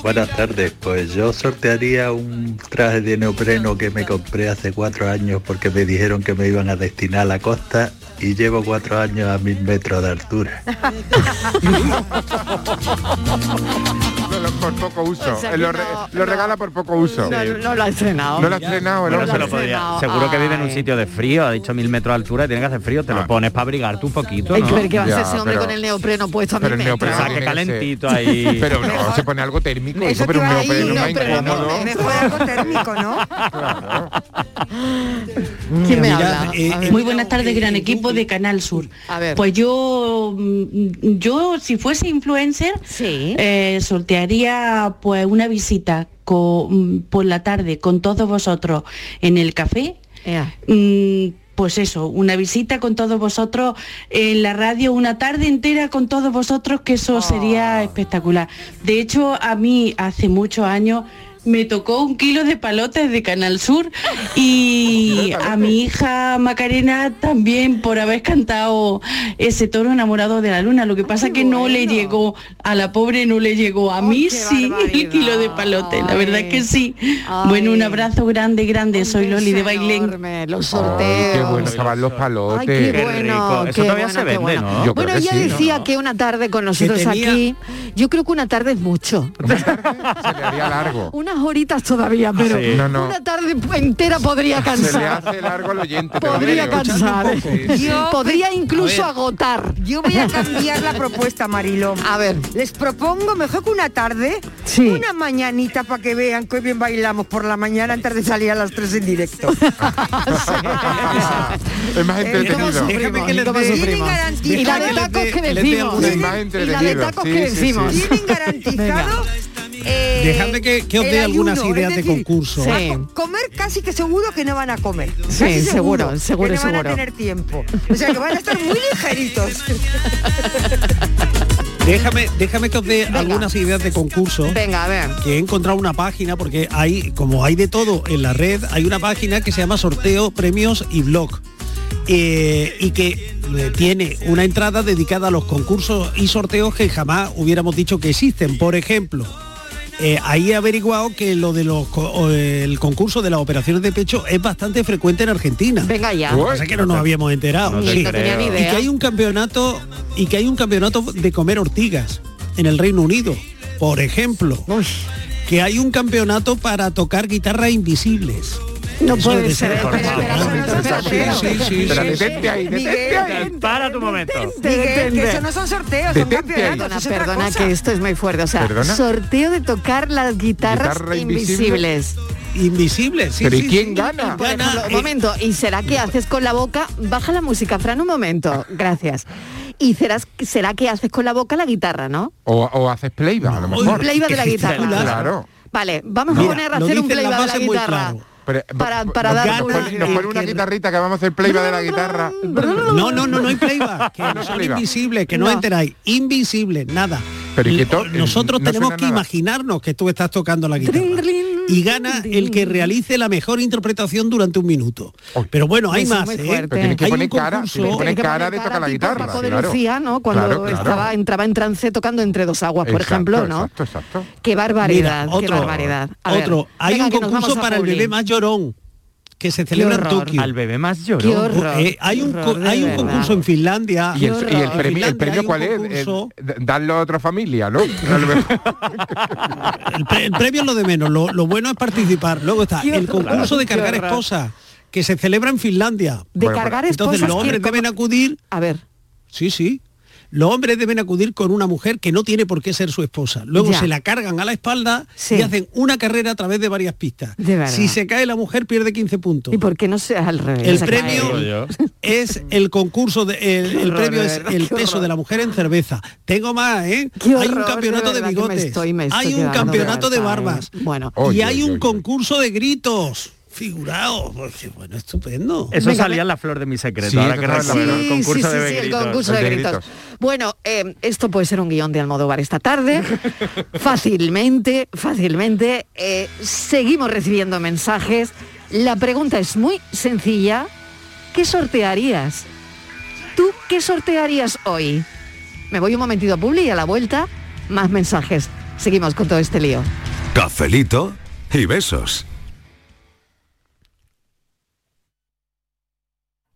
Speaker 25: Buenas tardes, pues yo sortearía un traje de neopreno que me compré hace cuatro años porque me dijeron que me iban a destinar a la costa y llevo cuatro años a mil metros de altura.
Speaker 11: Lo- por poco uso. eh,
Speaker 9: O sea,
Speaker 11: lo,
Speaker 9: que
Speaker 11: re-
Speaker 9: Pues no-
Speaker 11: lo regala por poco uso.
Speaker 9: No, no lo ha estrenado.
Speaker 11: No lo ha estrenado, el hombre.
Speaker 10: Bueno, se lo podría. Seguro que vive en un sitio de frío, ha dicho mil metros de altura y tiene que hacer frío, te lo pones para abrigarte un poquito.
Speaker 9: Hay
Speaker 10: ¿no?
Speaker 9: que ver qué va a hacer ese hombre con el neopreno puesto a mi
Speaker 10: pero el
Speaker 9: metro.
Speaker 10: neopreno O sea, que tiene que ser- calentito ahí.
Speaker 11: Pero no, se pone algo térmico, hijo, pero un neopreno más incómodo.
Speaker 9: ¿Quién me
Speaker 23: Mira,
Speaker 9: habla?
Speaker 23: eh,
Speaker 9: A ver.
Speaker 23: muy buenas tardes, gran equipo de Canal Sur. Pues yo, mm, yo si fuese influencer, eh, sortearía pues una visita co- mm, por la tarde con todos vosotros en el café. Mm, pues eso, una visita con todos vosotros en la radio, una tarde entera con todos vosotros, que eso
Speaker 9: Oh.
Speaker 23: sería espectacular. De hecho, a mí hace muchos años me tocó un kilo de palotes de Canal Sur y a mi hija Macarena también por haber cantado ese toro enamorado de la luna. Lo que pasa que no le llegó, a la pobre no le llegó, a mí sí el kilo de palote, la verdad que sí. Bueno, un abrazo grande, grande, soy Loli de Bailén.
Speaker 9: eh, los
Speaker 11: Ay, qué bueno estaban los palotes.
Speaker 9: Ay, qué bueno, qué bueno, qué bueno.
Speaker 11: Yo creo
Speaker 9: bueno,
Speaker 11: que
Speaker 9: ella
Speaker 11: sí.
Speaker 9: decía que una tarde con nosotros
Speaker 11: tenía-
Speaker 9: aquí, yo creo que una tarde es mucho.
Speaker 11: Sería largo.
Speaker 9: Una unas horitas todavía, pero
Speaker 11: Sí. No, no.
Speaker 9: una tarde entera podría
Speaker 11: Se le
Speaker 9: cansar.
Speaker 11: hace largo al oyente. te lo
Speaker 9: Podría
Speaker 11: digo.
Speaker 9: cansar.
Speaker 11: Sí, sí.
Speaker 9: podría incluso
Speaker 11: A ver.
Speaker 9: agotar.
Speaker 13: Yo voy a cambiar la propuesta, Marilo. A ver. Les propongo mejor que una tarde, una mañanita para que vean qué bien bailamos por la mañana antes de salir a las 3 en directo.
Speaker 11: Es más
Speaker 13: Eh, ¿cómo
Speaker 11: entretenido.
Speaker 13: sufrimos? Déjame que les ¿Cómo dé- sufrimos? Tienen garantizado-
Speaker 11: Déjame
Speaker 13: Y la de
Speaker 11: les
Speaker 13: tacos
Speaker 11: dé-
Speaker 13: que
Speaker 11: les dé
Speaker 13: decimos.
Speaker 11: alguna- Es más
Speaker 13: Tienen- y la de
Speaker 11: entretenido,
Speaker 13: tacos
Speaker 11: sí,
Speaker 13: que
Speaker 11: sí, sí.
Speaker 13: decimos. Tienen garantizado eh,
Speaker 12: Dejadme que- que os
Speaker 13: el
Speaker 12: dé algunas
Speaker 13: ayuno,
Speaker 12: ideas
Speaker 13: es
Speaker 12: de
Speaker 13: decir,
Speaker 12: concurso.
Speaker 13: a
Speaker 12: Sí.
Speaker 13: co- comer casi que seguro que no van a comer.
Speaker 12: Sí,
Speaker 13: Casi
Speaker 12: seguro, seguro,
Speaker 13: que no van
Speaker 12: seguro.
Speaker 13: a tener tiempo. O sea que van a estar muy ligeritos.
Speaker 12: Déjame, déjame que os dé algunas ideas de concurso.
Speaker 9: Venga, a ver.
Speaker 12: Que he encontrado una página, porque hay, como hay de todo en la red, hay una página que se llama Sorteo, Premios y Blog. Eh, y que eh, tiene una entrada dedicada a los concursos y sorteos que jamás hubiéramos dicho que existen. Por ejemplo, eh, ahí he averiguado que lo de los co- o el concurso de las operaciones de pecho es bastante frecuente en Argentina.
Speaker 9: Venga ya.
Speaker 12: Lo que pasa es que no nos habíamos enterado.
Speaker 9: No te
Speaker 12: Sí.
Speaker 9: No tenía ni creo.
Speaker 12: Y que hay un campeonato y que hay un campeonato de comer ortigas en el Reino Unido, por ejemplo. Que hay un campeonato para tocar guitarras invisibles.
Speaker 9: No
Speaker 12: Eso
Speaker 9: puede
Speaker 12: debe
Speaker 9: ser, espera, espera,
Speaker 12: Sí, sí, sí,
Speaker 11: Pero
Speaker 12: sí, sí.
Speaker 11: detente ahí, detente ahí.
Speaker 10: Para tu momento.
Speaker 13: Miguel, que eso no son sorteos, son campeonatos.
Speaker 9: Perdona,
Speaker 13: es otra
Speaker 9: perdona,
Speaker 13: cosa.
Speaker 9: que esto es muy fuerte. O sea,
Speaker 11: ¿Perdona?
Speaker 9: sorteo de tocar las guitarras
Speaker 11: Guitarra invisible.
Speaker 9: invisibles.
Speaker 12: Invisibles, sí.
Speaker 11: Pero ¿y
Speaker 12: sí,
Speaker 11: quién
Speaker 12: sí. eh,
Speaker 11: gana?
Speaker 9: Por ejemplo, un momento, ¿y será que haces con la boca? Baja la música, Fran, un momento. Gracias. ¿Y serás, será que haces con la boca la guitarra, no?
Speaker 11: O, o haces playback, a lo mejor.
Speaker 9: playback de la guitarra.
Speaker 11: Claro.
Speaker 9: Vale, vamos a
Speaker 11: Mira,
Speaker 9: poner a
Speaker 11: lo
Speaker 9: hacer un
Speaker 11: dicen las
Speaker 9: playback de la
Speaker 11: bases muy
Speaker 9: guitarra.
Speaker 11: claro. Pero, eh,
Speaker 9: Para, para
Speaker 11: nos,
Speaker 9: dar
Speaker 11: nos
Speaker 9: una-
Speaker 11: pone, nos pone una guitarrita que vamos a hacer playback de la guitarra.
Speaker 12: No, no, no, no hay playback, que
Speaker 11: Ah,
Speaker 12: no
Speaker 11: no
Speaker 12: son
Speaker 11: playback.
Speaker 12: invisibles, que no,
Speaker 11: No.
Speaker 12: enteráis, invisibles, nada.
Speaker 11: Pero ¿y qué
Speaker 12: L-
Speaker 11: to- eh,
Speaker 12: Nosotros
Speaker 11: no
Speaker 12: tenemos
Speaker 11: suena
Speaker 12: que
Speaker 11: nada?
Speaker 12: imaginarnos que tú estás tocando la guitarra y gana el que realice la mejor interpretación durante un minuto. Pero bueno, hay
Speaker 9: Eso es
Speaker 12: más.
Speaker 9: muy
Speaker 12: ¿eh?
Speaker 9: fuerte. Pero
Speaker 11: tienes que
Speaker 12: Hay
Speaker 11: poner
Speaker 12: un
Speaker 11: cara,
Speaker 12: concurso-
Speaker 11: tienes que poner cara de tocar la
Speaker 9: tipo
Speaker 11: guitarra.
Speaker 9: Paco de
Speaker 11: claro.
Speaker 9: Lucía, ¿no? Cuando
Speaker 11: Claro, claro.
Speaker 9: Estaba, entraba en trance tocando entre dos aguas, por
Speaker 11: Exacto,
Speaker 9: ejemplo, ¿no?
Speaker 11: Exacto, exacto.
Speaker 9: Qué barbaridad,
Speaker 12: Mira,
Speaker 9: qué barbaridad. A ver,
Speaker 12: otro, hay
Speaker 9: venga,
Speaker 12: un
Speaker 9: que nos vamos
Speaker 12: concurso
Speaker 9: a
Speaker 12: para el bebé
Speaker 9: Juli.
Speaker 12: más llorón que se celebra en
Speaker 10: horror.
Speaker 12: Tokio.
Speaker 10: Al bebé más llorón.
Speaker 12: Qué horror, Eh, hay un qué co- horror, hay de un verdad. concurso en Finlandia.
Speaker 11: ¿Y el,
Speaker 12: Qué
Speaker 11: y el premio,
Speaker 12: horror.
Speaker 11: el
Speaker 12: Finlandia hay
Speaker 11: premio
Speaker 12: un
Speaker 11: cuál es? Eh,
Speaker 12: concurso.
Speaker 11: d- darlo a otra familia, ¿no? A lo mejor.
Speaker 12: El, pre- el premio es lo de menos, lo, lo bueno es participar. Luego está
Speaker 9: Qué
Speaker 12: el
Speaker 9: horror,
Speaker 12: concurso de
Speaker 9: qué
Speaker 12: cargar
Speaker 9: horror.
Speaker 12: esposas que se celebra en Finlandia.
Speaker 9: De Bueno, cargar pero-
Speaker 12: Entonces
Speaker 9: esposas,
Speaker 12: los hombres
Speaker 9: ¿quién?
Speaker 12: deben acudir.
Speaker 9: A ver.
Speaker 12: Sí, sí. Los hombres deben acudir con una mujer que no tiene por qué ser su esposa. Luego
Speaker 9: Ya.
Speaker 12: se la cargan a la espalda
Speaker 9: Sí.
Speaker 12: y hacen una carrera a través de varias pistas.
Speaker 9: De verdad.
Speaker 12: si se cae la mujer pierde 15 puntos.
Speaker 9: ¿Y por qué no sea al revés?
Speaker 12: El
Speaker 9: Se cae.
Speaker 12: premio es el concurso, de, el,
Speaker 9: Qué
Speaker 12: el
Speaker 9: horror,
Speaker 12: premio
Speaker 9: de
Speaker 12: es
Speaker 9: verdad,
Speaker 12: el
Speaker 9: qué
Speaker 12: peso
Speaker 9: horror.
Speaker 12: de la mujer en cerveza. Tengo más, ¿eh?
Speaker 9: Qué
Speaker 12: hay un
Speaker 9: horror,
Speaker 12: campeonato
Speaker 9: de verdad,
Speaker 12: de,
Speaker 9: que me
Speaker 12: bigotes,
Speaker 9: estoy- me estoy
Speaker 12: hay un
Speaker 9: quedando
Speaker 12: campeonato de
Speaker 9: harta, ¿eh?
Speaker 12: barbas
Speaker 9: Bueno.
Speaker 12: y
Speaker 9: Oye,
Speaker 12: hay
Speaker 9: oye,
Speaker 12: un
Speaker 9: oye.
Speaker 12: concurso de gritos. Figurado, pues, bueno, estupendo.
Speaker 10: Eso salía en la flor de mi secreto.
Speaker 12: Sí,
Speaker 10: ahora
Speaker 12: eso
Speaker 10: que
Speaker 12: estaba en la
Speaker 10: recuerdo
Speaker 12: flor.
Speaker 10: el
Speaker 12: Sí,
Speaker 10: concurso
Speaker 12: sí,
Speaker 10: de
Speaker 12: sí, sí, el
Speaker 10: gritos.
Speaker 9: concurso de gritos. Bueno, eh, esto puede ser un guión de Almodóvar esta tarde. fácilmente, fácilmente. eh, seguimos recibiendo mensajes. La pregunta es muy sencilla. ¿Qué sortearías? ¿Tú qué sortearías hoy? Me voy un momentito a Publi y a la vuelta, más mensajes. Seguimos con todo este lío.
Speaker 3: Cafelito y besos.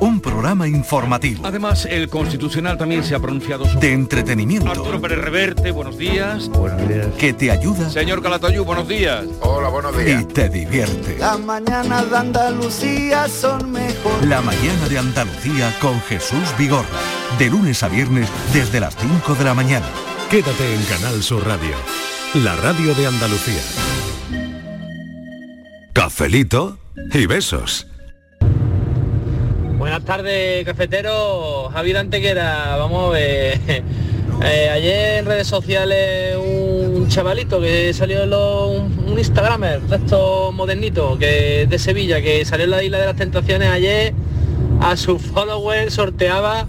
Speaker 4: Un programa informativo.
Speaker 26: Además, el Constitucional también se ha pronunciado sobre...
Speaker 4: De entretenimiento.
Speaker 26: Arturo Pérez Reverte, buenos días.
Speaker 4: Que te ayuda
Speaker 26: Señor Calatayú, buenos días.
Speaker 4: Hola, buenos días. y te divierte.
Speaker 2: Las mañanas de Andalucía son mejor.
Speaker 4: La mañana de Andalucía con Jesús Vigorra. De lunes a viernes desde las 5 de la mañana.
Speaker 27: Quédate en Canal Sur Radio, la radio de Andalucía.
Speaker 28: Cafelito y besos.
Speaker 14: Buenas tardes, cafetero. Javier Antequera, vamos a ver. Eh, ayer en redes sociales un chavalito que salió en los- un, un Instagramer de estos modernitos que, de Sevilla, que salió en la Isla de las Tentaciones ayer, a su follower sorteaba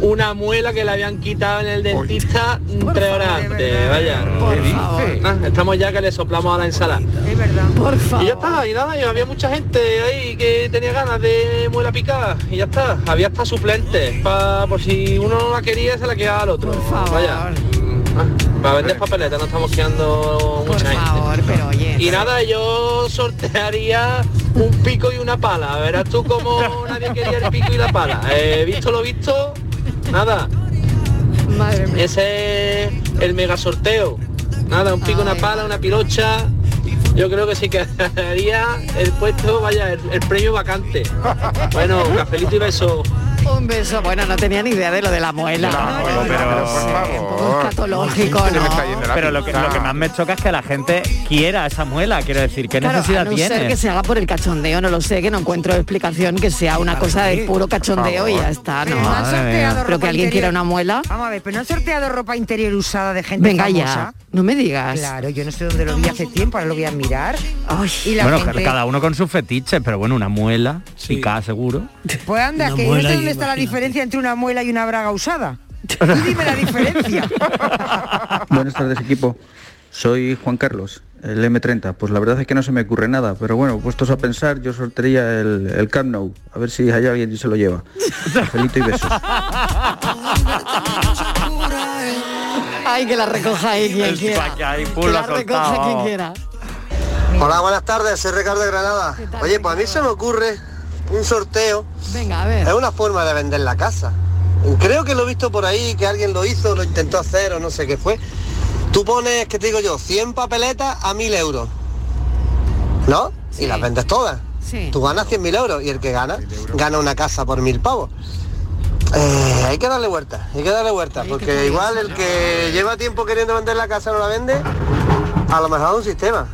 Speaker 14: una muela que le habían quitado en el dentista tres horas antes. Vaya. Ah, Estamos ya que le soplamos a la ensalada.
Speaker 13: Es verdad.
Speaker 14: Por favor. Y ya está, y nada, y había mucha gente ahí que tenía ganas de muela picada. Y ya está. Había hasta suplentes. pa- por si uno no la quería, se la quedaba al otro. Vaya. Para vender papeletas no estamos quedando mucha gente. Y nada, yo sortearía un pico y una pala. Verás tú cómo nadie quería el pico y la pala. Eh, visto lo visto, nada. Ese es el mega sorteo. Nada, un pico, una pala, una pirocha. Yo creo que sí que haría el puesto, vaya, el, el premio vacante. Bueno, cafelito y beso.
Speaker 9: Un beso. Bueno, no tenía ni idea de lo de la muela.
Speaker 10: Pero,
Speaker 9: Patológico, ¿no?
Speaker 10: pero lo, que, lo que más me choca es que la gente quiera esa muela, quiero decir, ¿qué
Speaker 9: Claro, a
Speaker 10: necesidad
Speaker 9: no
Speaker 10: tiene?
Speaker 9: ser que se haga por el cachondeo, no lo sé, que no encuentro explicación que sea una cosa de puro cachondeo y ya está, ¿no?
Speaker 10: Pero no han Madre sorteado mía.
Speaker 9: Pero que
Speaker 13: ropa
Speaker 9: alguien
Speaker 13: interior.
Speaker 9: quiera una muela.
Speaker 13: Vamos a ver, pero no han sorteado ropa interior usada de gente
Speaker 9: Venga ya,
Speaker 13: famosa?
Speaker 9: no me digas.
Speaker 13: Claro, yo no sé dónde lo vi hace tiempo, ahora lo voy a mirar. y la
Speaker 10: bueno,
Speaker 13: gente-
Speaker 10: cada uno con sus fetiches, pero bueno, una muela, sí. cada seguro.
Speaker 13: Pues anda,
Speaker 10: Una
Speaker 13: que yo no sé
Speaker 10: muela y
Speaker 13: dónde está la diferencia entre una muela y una braga usada. Tú dime la diferencia.
Speaker 29: Buenas tardes equipo, soy Juan Carlos, el M30. Pues la verdad es que no se me ocurre nada, pero bueno, puestos a pensar, yo sortearía el, el Camp Nou, a ver si hay alguien y se lo lleva. Felito y besos.
Speaker 9: Ay, que la recoja ahí quien
Speaker 10: El
Speaker 9: quiera.
Speaker 10: paquaipú
Speaker 9: Que
Speaker 10: lo
Speaker 9: la
Speaker 10: ha
Speaker 9: recoja
Speaker 10: soltado.
Speaker 9: quien quiera.
Speaker 30: Hola, buenas tardes, soy Ricardo de Granada. Oye, pues a mí se me ocurre un sorteo.
Speaker 9: Venga, a ver.
Speaker 30: Es una forma de vender la casa. Creo que lo he visto por ahí, que alguien lo hizo, lo intentó hacer o no sé qué fue. Tú pones, que te digo yo, 100 papeletas a 1000 euros. ¿No? Y las vendes todas.
Speaker 9: Sí.
Speaker 30: Tú ganas 100.000 euros y el que gana, gana una casa por 1.000 pavos. Eh, hay que darle vuelta, hay que darle vuelta, porque igual el que lleva tiempo queriendo vender la casa no la vende, a lo mejor es un sistema.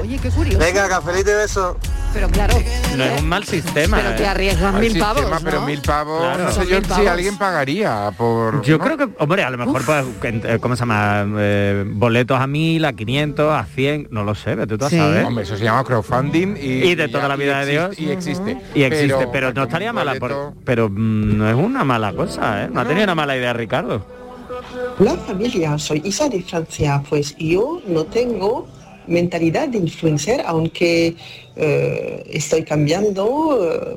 Speaker 9: Oye, qué curioso.
Speaker 30: Venga, cafelito y beso.
Speaker 9: Pero claro,
Speaker 10: No es un mal sistema.
Speaker 9: Pero te
Speaker 10: ¿eh?
Speaker 9: arriesgas
Speaker 11: Mal
Speaker 9: mil
Speaker 11: sistema,
Speaker 9: pavos,
Speaker 11: pero
Speaker 9: ¿no?
Speaker 11: mil pavos,
Speaker 10: Claro.
Speaker 11: no sé
Speaker 10: Son
Speaker 11: yo
Speaker 10: mil
Speaker 11: si
Speaker 10: pavos.
Speaker 11: alguien pagaría por...
Speaker 10: Yo creo que, hombre, a lo mejor, pues, en- eh, ¿cómo se llama? Eh, boletos a 1000, a 500, a 100, no lo sé, vete tú a
Speaker 11: Sí.
Speaker 10: saber.
Speaker 11: Hombre, eso se llama crowdfunding y...
Speaker 10: de toda
Speaker 11: ya-
Speaker 10: la vida
Speaker 11: y
Speaker 10: de Dios.
Speaker 11: existe- Y existe.
Speaker 10: Y existe, pero,
Speaker 11: pero
Speaker 10: no estaría mala, por- pero mm, no es una mala cosa, ¿eh? No ha tenido una mala idea Ricardo.
Speaker 29: Hola familia, soy Isa de Francia. Pues yo no tengo mentalidad de influencer, aunque eh, estoy cambiando eh,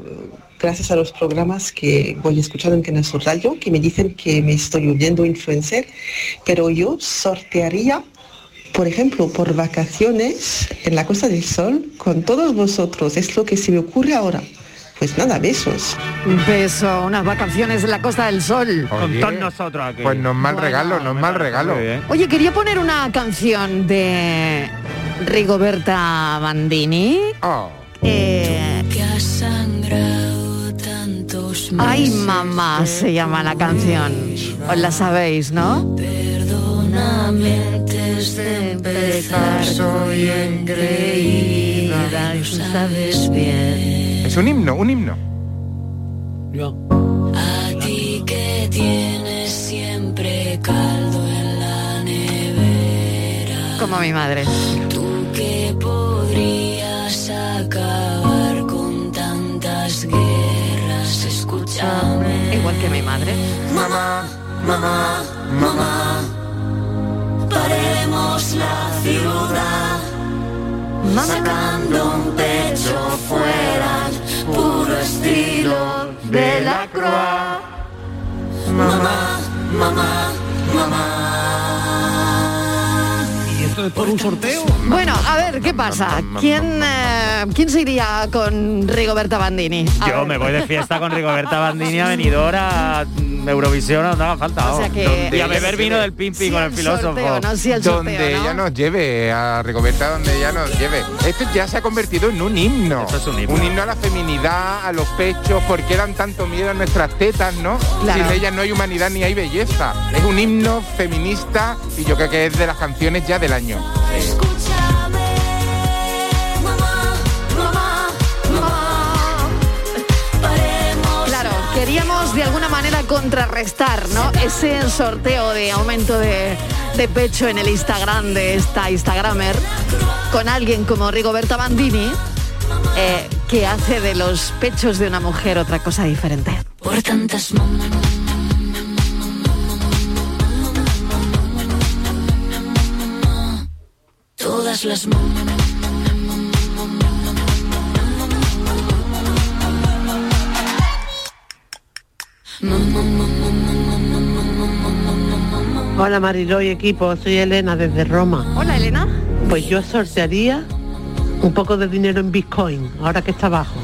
Speaker 29: gracias a los programas que voy escuchando en Canal Sur Radio, que me dicen que me estoy volviendo influencer, pero yo sortearía, por ejemplo, por vacaciones en la Costa del Sol con todos vosotros. Es lo que se me ocurre ahora. Pues nada, besos.
Speaker 9: Un beso, unas vacaciones en la Costa del Sol.
Speaker 10: Con todos nosotros aquí.
Speaker 11: Pues no es mal regalo, no es mal regalo.
Speaker 9: Oye, quería poner una canción de Rigoberta Bandini.
Speaker 10: Oh.
Speaker 9: Eh, Ay, mamá, se llama la canción. Os la sabéis, ¿no?
Speaker 14: antes de empezar soy engreída y sabes bien
Speaker 11: Es un himno, un himno.
Speaker 14: a ti que tienes siempre caldo en la nevera
Speaker 9: como mi madre.
Speaker 20: que podrías acabar con tantas guerras. Escúchame.
Speaker 9: Igual que mi madre.
Speaker 20: Mamá, mamá, mamá. Paremos la ciudad. Sacando un pecho fuera, al puro estilo de la croa. Mamá, mamá, mamá.
Speaker 12: ¿Y esto es por un sorteo?
Speaker 9: Bueno, a ver, ¿qué pasa? ¿Quién, eh, ¿quién se iría con Rigoberta Bandini? A
Speaker 10: Yo
Speaker 9: ver.
Speaker 10: me voy de fiesta con Rigoberta Bandini a Benidora, a mm, Eurovisión, a donde haga falta. vamos.
Speaker 9: que-
Speaker 10: y a beber vino del Pimpi con el filósofo.
Speaker 11: donde ya nos lleve a Rigoberta, donde ya nos lleve. Esto ya se ha convertido en un himno. un himno. a la feminidad, a los pechos, porque dan tanto miedo a nuestras tetas, ¿no?
Speaker 9: Claro.
Speaker 11: Sin ellas no hay humanidad ni hay belleza. Es un himno feminista y yo creo que es de las canciones ya del año.
Speaker 20: Mamá, mamá. Paremos.
Speaker 9: Claro, queríamos de alguna manera contrarrestar ¿no? ese sorteo de aumento de, de pecho en el Instagram de esta Instagramer con alguien como Rigoberta Bandini eh, que hace de los pechos de una mujer otra cosa diferente.
Speaker 20: Por tantas mamá. Todas las mamá.
Speaker 21: Hola Mariló y equipo, soy Elena desde Roma.
Speaker 9: Hola Elena.
Speaker 21: Pues yo sortearía un poco de dinero en Bitcoin, ahora que está bajo.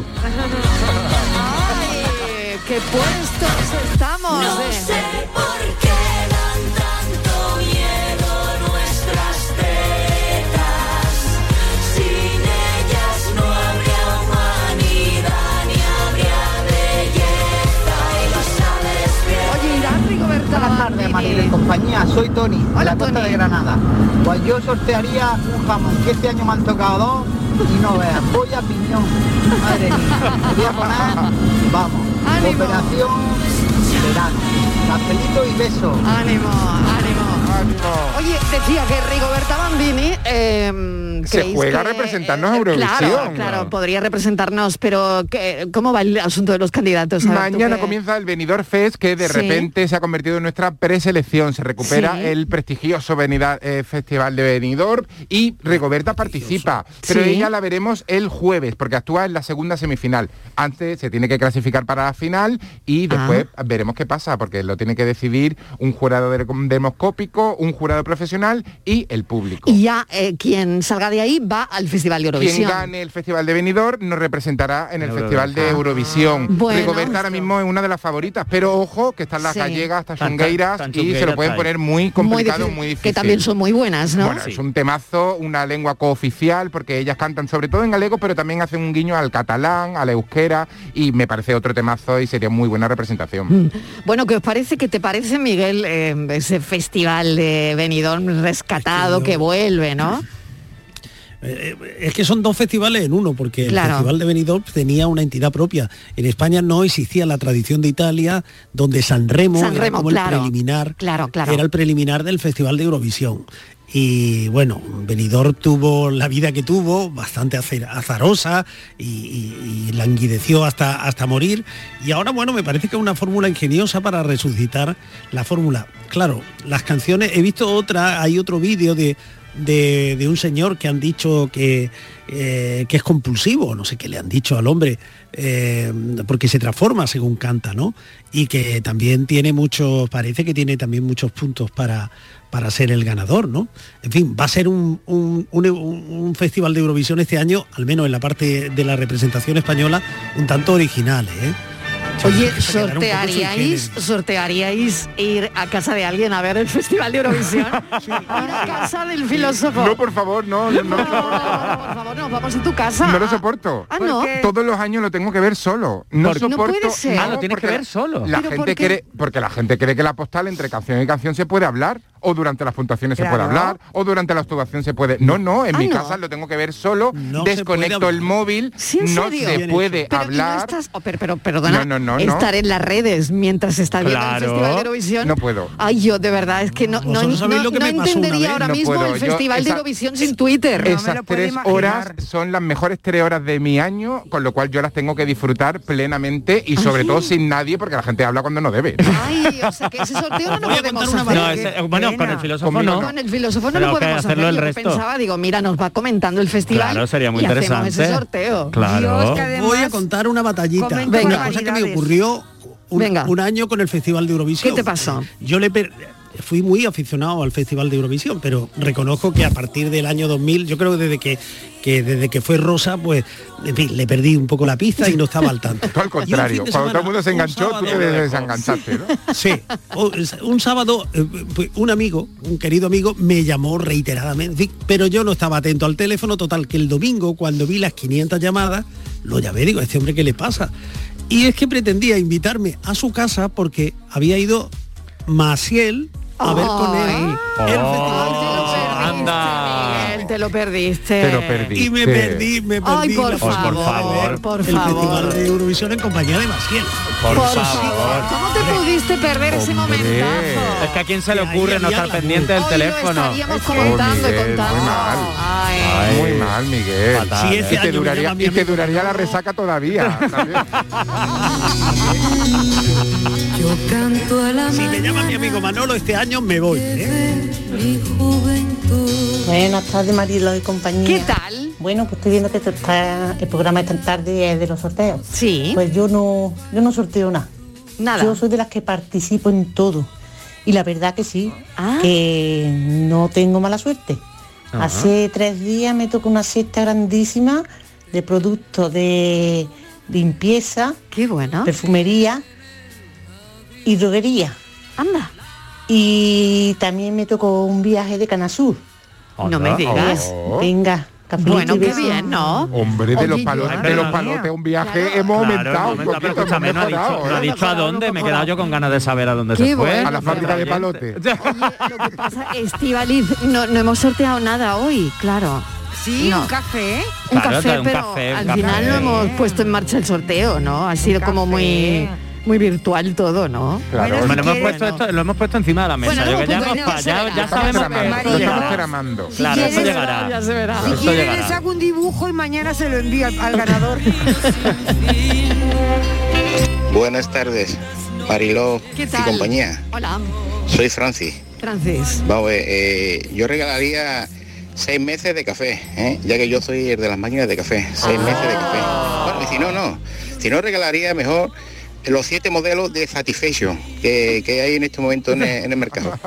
Speaker 9: ¡Ay, qué puestos estamos!
Speaker 20: No
Speaker 9: eh.
Speaker 20: sé por qué dan tanto miedo nuestras tetas. Sin ellas no habría humanidad ni habría belleza. Y lo sabes bien.
Speaker 9: Oye, Irán Rigoberta.
Speaker 15: Buenas tardes, Maribel y compañía. Soy Tony, de la costa de Granada. Pues yo sortearía un jamón, que este año me han tocado dos y no veas. Voy a piñón. Madre mía. Voy a poner, vamos, operación verano. Cafelito y beso.
Speaker 9: Ánimo, ánimo. Oye, decía que Rigoberta Bandini eh,
Speaker 11: Se
Speaker 9: ¿creéis
Speaker 11: juega a
Speaker 9: que- eh,
Speaker 11: representarnos a
Speaker 9: Claro,
Speaker 11: Eurovisión.
Speaker 9: claro, podría representarnos, pero ¿qué- ¿cómo va el asunto de los candidatos? A ver, tú
Speaker 11: Mañana
Speaker 9: qué-
Speaker 11: comienza el Benidorm Fest que de
Speaker 9: Sí.
Speaker 11: repente se ha convertido en nuestra preselección. Se recupera
Speaker 9: Sí.
Speaker 11: el prestigioso Benida- eh, Festival de Benidorm y Rigoberta participa. Pero
Speaker 9: Sí.
Speaker 11: ella la veremos el jueves porque actúa en la segunda semifinal. Antes se tiene que clasificar para la final y
Speaker 9: Ah.
Speaker 11: después veremos qué pasa porque lo tiene que decidir un jurado de- demoscópico, un jurado profesional y el público.
Speaker 9: Y ya eh, quien salga de ahí va al Festival de
Speaker 11: Quien
Speaker 9: Eurovisión.
Speaker 11: gane el Festival de Benidorm nos representará en el Festival
Speaker 9: Ah.
Speaker 11: de Eurovisión.
Speaker 9: Bueno.
Speaker 11: Rigoberta ahora mismo es una de las favoritas, pero ojo que están las
Speaker 9: Sí.
Speaker 11: gallegas, hasta
Speaker 9: Tan- tan-
Speaker 11: chungueiras
Speaker 9: tan
Speaker 11: y se
Speaker 9: chungueiras
Speaker 11: lo pueden
Speaker 9: ahí.
Speaker 11: poner muy complicado, muy difícil.
Speaker 9: Que también son muy buenas, ¿no?
Speaker 11: Bueno, es un temazo, una lengua cooficial, porque ellas cantan sobre todo en galego, pero también hacen un guiño al catalán, a la euskera, y me parece otro temazo y sería muy buena representación.
Speaker 9: Bueno, ¿qué os parece? ¿Qué te parece, Miguel, eh, ese festival de Benidorm rescatado que vuelve, no?
Speaker 12: Eh, eh, es que son dos festivales en uno, porque
Speaker 9: Claro.
Speaker 12: el Festival de Benidorm tenía una entidad propia. En España no existía la tradición de Italia, donde San Remo,
Speaker 9: San
Speaker 12: era
Speaker 9: Remo,
Speaker 12: como
Speaker 9: claro.
Speaker 12: el preliminar,
Speaker 9: Claro, claro.
Speaker 12: era el preliminar del Festival de Eurovisión. Y bueno, Benidorm tuvo la vida que tuvo, bastante acer- azarosa, y, y- y languideció hasta, hasta morir. Y ahora, bueno, me parece que es una fórmula ingeniosa para resucitar la fórmula. Claro, las canciones, he visto otra, hay otro vídeo de, de, de un señor que han dicho que, eh, que es compulsivo, no sé qué le han dicho al hombre, eh, porque se transforma según canta, ¿no? Y que también tiene muchos, parece que tiene también muchos puntos para, para ser el ganador, ¿no? En fin, va a ser un, un- un- un festival de Eurovisión este año, al menos en la parte de la representación española, un tanto original, ¿eh?
Speaker 9: Oye,
Speaker 12: quedar un poco sui
Speaker 9: ¿sortearíais, ¿sortearíais ir a casa de alguien a ver el Festival de Eurovisión? Ir a casa del filósofo.
Speaker 11: No, por favor, no, no, no, no,
Speaker 9: por favor, nos vamos a tu casa.
Speaker 11: No lo soporto.
Speaker 9: Ah, no.
Speaker 11: Todos los años lo tengo que ver solo. No
Speaker 10: ¿Por qué? No
Speaker 11: soporto.
Speaker 10: puede ser. Ah, lo tienes que
Speaker 11: porque
Speaker 10: ver solo.
Speaker 11: La
Speaker 10: ¿Pero
Speaker 11: gente
Speaker 10: por qué?
Speaker 11: cree, porque la gente cree que la postal entre canción y canción se puede hablar. o durante las puntuaciones se puede
Speaker 31: Claro.
Speaker 11: hablar, o durante la actuación se puede... No, no, en
Speaker 31: Ah,
Speaker 11: mi
Speaker 31: no.
Speaker 11: casa lo tengo que ver solo,
Speaker 31: se
Speaker 11: desconecto
Speaker 31: puede
Speaker 11: el móvil,
Speaker 9: Sí, en
Speaker 11: no
Speaker 9: serio.
Speaker 11: se
Speaker 9: Bien
Speaker 11: puede
Speaker 9: hecho. Pero, ¿y no
Speaker 11: hablar...
Speaker 9: estás- oh, pero, pero, perdona,
Speaker 11: No, no, no, no.
Speaker 9: estar en las redes mientras se está viendo el Festival de Eurovisión.
Speaker 11: No puedo.
Speaker 9: Ay, yo de verdad, es que no, no,
Speaker 11: Vosotros sabéis
Speaker 9: no-
Speaker 11: lo que
Speaker 9: no
Speaker 11: me pasó una
Speaker 9: entendería
Speaker 11: vez.
Speaker 9: ahora
Speaker 11: No
Speaker 9: mismo
Speaker 11: puedo,
Speaker 9: el
Speaker 11: yo
Speaker 9: Festival de
Speaker 11: esa-
Speaker 9: Eurovisión sin Twitter.
Speaker 11: Esas tres horas son las mejores tres horas de mi año, con lo cual yo las tengo que disfrutar plenamente y sobre todo sin nadie, porque la gente habla cuando no debe.
Speaker 9: Ay, o sea, que ese sorteo no lo podemos hacer.
Speaker 10: No, ese- bueno, con el filósofo
Speaker 11: Conmigo
Speaker 10: no.
Speaker 11: no.
Speaker 9: Con el filósofo no
Speaker 10: Pero
Speaker 9: lo
Speaker 10: que
Speaker 9: podemos
Speaker 10: hacerlo
Speaker 9: hacer.
Speaker 10: el
Speaker 9: Yo que
Speaker 10: resto.
Speaker 9: pensaba, digo, mira, nos va comentando el festival.
Speaker 10: Claro, sería muy
Speaker 9: y hacemos ese
Speaker 10: interesante.
Speaker 9: sorteo.
Speaker 10: Claro. Dios, que además
Speaker 12: Voy a contar una batallita.
Speaker 9: comento
Speaker 12: Una cosa que
Speaker 9: barbaridades.
Speaker 12: me ocurrió un, un año con el Festival de Eurovisión. ¿Qué te pasó? Yo le per- fui muy aficionado al Festival de Eurovisión, pero reconozco que a partir del año 2000, yo creo que desde que, que desde que fue Rosa, pues en fin, le perdí un poco la pista y no estaba al tanto.
Speaker 11: Tú al contrario, cuando todo el mundo se enganchó, tú te desenganchaste, ¿no?
Speaker 12: Sí, O- un sábado eh, pues, un amigo, un querido amigo, me llamó reiteradamente, di- pero yo no estaba atento al teléfono, total, que el domingo cuando vi las 500 llamadas, lo llamé, digo, ¿a este hombre qué le pasa? Y es que pretendía invitarme a su casa porque había ido Maciel a ver con él. el
Speaker 10: Oh,
Speaker 9: Miguel, te lo perdiste.
Speaker 12: Te lo perdiste. Y me perdí, me perdí
Speaker 9: Ay, por
Speaker 12: la- Pues, por
Speaker 9: favor.
Speaker 12: favor.
Speaker 9: Por
Speaker 12: El Festival
Speaker 9: favor.
Speaker 12: de Eurovisión en compañía de Maciel.
Speaker 10: Por
Speaker 9: Por
Speaker 10: favor.
Speaker 9: favor. ¿Cómo te pudiste perder ese momento?
Speaker 10: Eh. Es que a quién se le ocurre no estar pendiente del teléfono.
Speaker 9: Estaríamos comentando y contando.
Speaker 10: Ay.
Speaker 11: Muy mal, Miguel.
Speaker 10: Fatal, Sí, ¿eh? ese
Speaker 11: y te
Speaker 10: año me
Speaker 11: duraría,
Speaker 10: llama mi
Speaker 11: y te duraría la resaca todavía.
Speaker 12: Yo canto Si me llama mi amigo Manolo este año, me voy.
Speaker 21: Buenas tardes, Marilo y compañía.
Speaker 9: ¿Qué tal?
Speaker 21: Bueno, pues estoy viendo que te está- el programa es tan tarde eh, de los sorteos.
Speaker 9: Sí.
Speaker 21: Pues yo no, yo no sorteo nada.
Speaker 9: Nada.
Speaker 21: Yo soy de las que participo en todo. Y la verdad que sí,
Speaker 9: Ah.
Speaker 21: que no tengo mala suerte.
Speaker 20: Ajá.
Speaker 21: Hace tres días me tocó una cesta grandísima de productos de limpieza,
Speaker 9: Qué bueno.
Speaker 21: perfumería y droguería.
Speaker 9: Anda.
Speaker 21: Y también me tocó un viaje de Canasur.
Speaker 9: No me digas.
Speaker 2: oh.
Speaker 21: Venga, cafelito
Speaker 9: Bueno,
Speaker 21: y
Speaker 9: qué
Speaker 21: besos.
Speaker 9: bien, ¿no?
Speaker 11: Hombre, de los,
Speaker 21: Oye,
Speaker 11: palo-
Speaker 21: yo-
Speaker 11: de los palotes, un viaje, hemos
Speaker 10: Claro,
Speaker 11: aumentado.
Speaker 10: un momento, pero escúchame, no ha dicho,
Speaker 11: mejorado,
Speaker 10: no ha
Speaker 11: ¿eh?
Speaker 10: dicho a dónde, me he quedado yo con ganas de saber a dónde
Speaker 9: Qué
Speaker 10: se fue.
Speaker 9: bueno,
Speaker 11: A la fábrica de
Speaker 10: palotes.
Speaker 9: Estivaliz, no, no hemos sorteado nada hoy, claro.
Speaker 13: Sí,
Speaker 9: No.
Speaker 13: un café. ¿eh?
Speaker 9: Un
Speaker 10: Claro,
Speaker 9: café,
Speaker 10: un
Speaker 9: pero
Speaker 10: café, un
Speaker 9: al
Speaker 10: café.
Speaker 9: final no hemos puesto en marcha el sorteo, ¿no? Ha sido como muy, muy virtual todo, ¿no?
Speaker 10: Claro,
Speaker 11: Bueno, si
Speaker 10: lo, hemos
Speaker 11: quieres-
Speaker 10: puesto esto- lo hemos puesto encima de la mesa.
Speaker 11: Bueno,
Speaker 10: yo que ya
Speaker 11: pues
Speaker 10: hemos
Speaker 11: bueno,
Speaker 10: fallado,
Speaker 11: ya
Speaker 10: ya
Speaker 11: se verá.
Speaker 10: sabemos
Speaker 11: Estamos
Speaker 10: que
Speaker 11: tramando,
Speaker 10: esto
Speaker 11: lo estamos
Speaker 10: llegará.
Speaker 11: tramando. Si
Speaker 10: Claro, eso
Speaker 13: quieres-
Speaker 10: llegará.
Speaker 13: Ya
Speaker 9: se verá.
Speaker 13: Si
Speaker 10: Esto
Speaker 13: quiere
Speaker 10: llegará.
Speaker 13: les hago un dibujo y mañana se lo envío al, al ganador.
Speaker 17: Buenas tardes, Mariló
Speaker 9: ¿Qué
Speaker 17: y
Speaker 9: tal?
Speaker 17: compañía.
Speaker 9: Hola,
Speaker 17: Soy Francis.
Speaker 9: Francis.
Speaker 17: Vamos, a ver, eh, yo regalaría seis meses de café, ¿eh? ya que yo soy el de las máquinas de café. Seis meses de café. Bueno, y si no, no. Si no, regalaría mejor los siete modelos de Satisfaction que, que hay en este momento en el, en el mercado.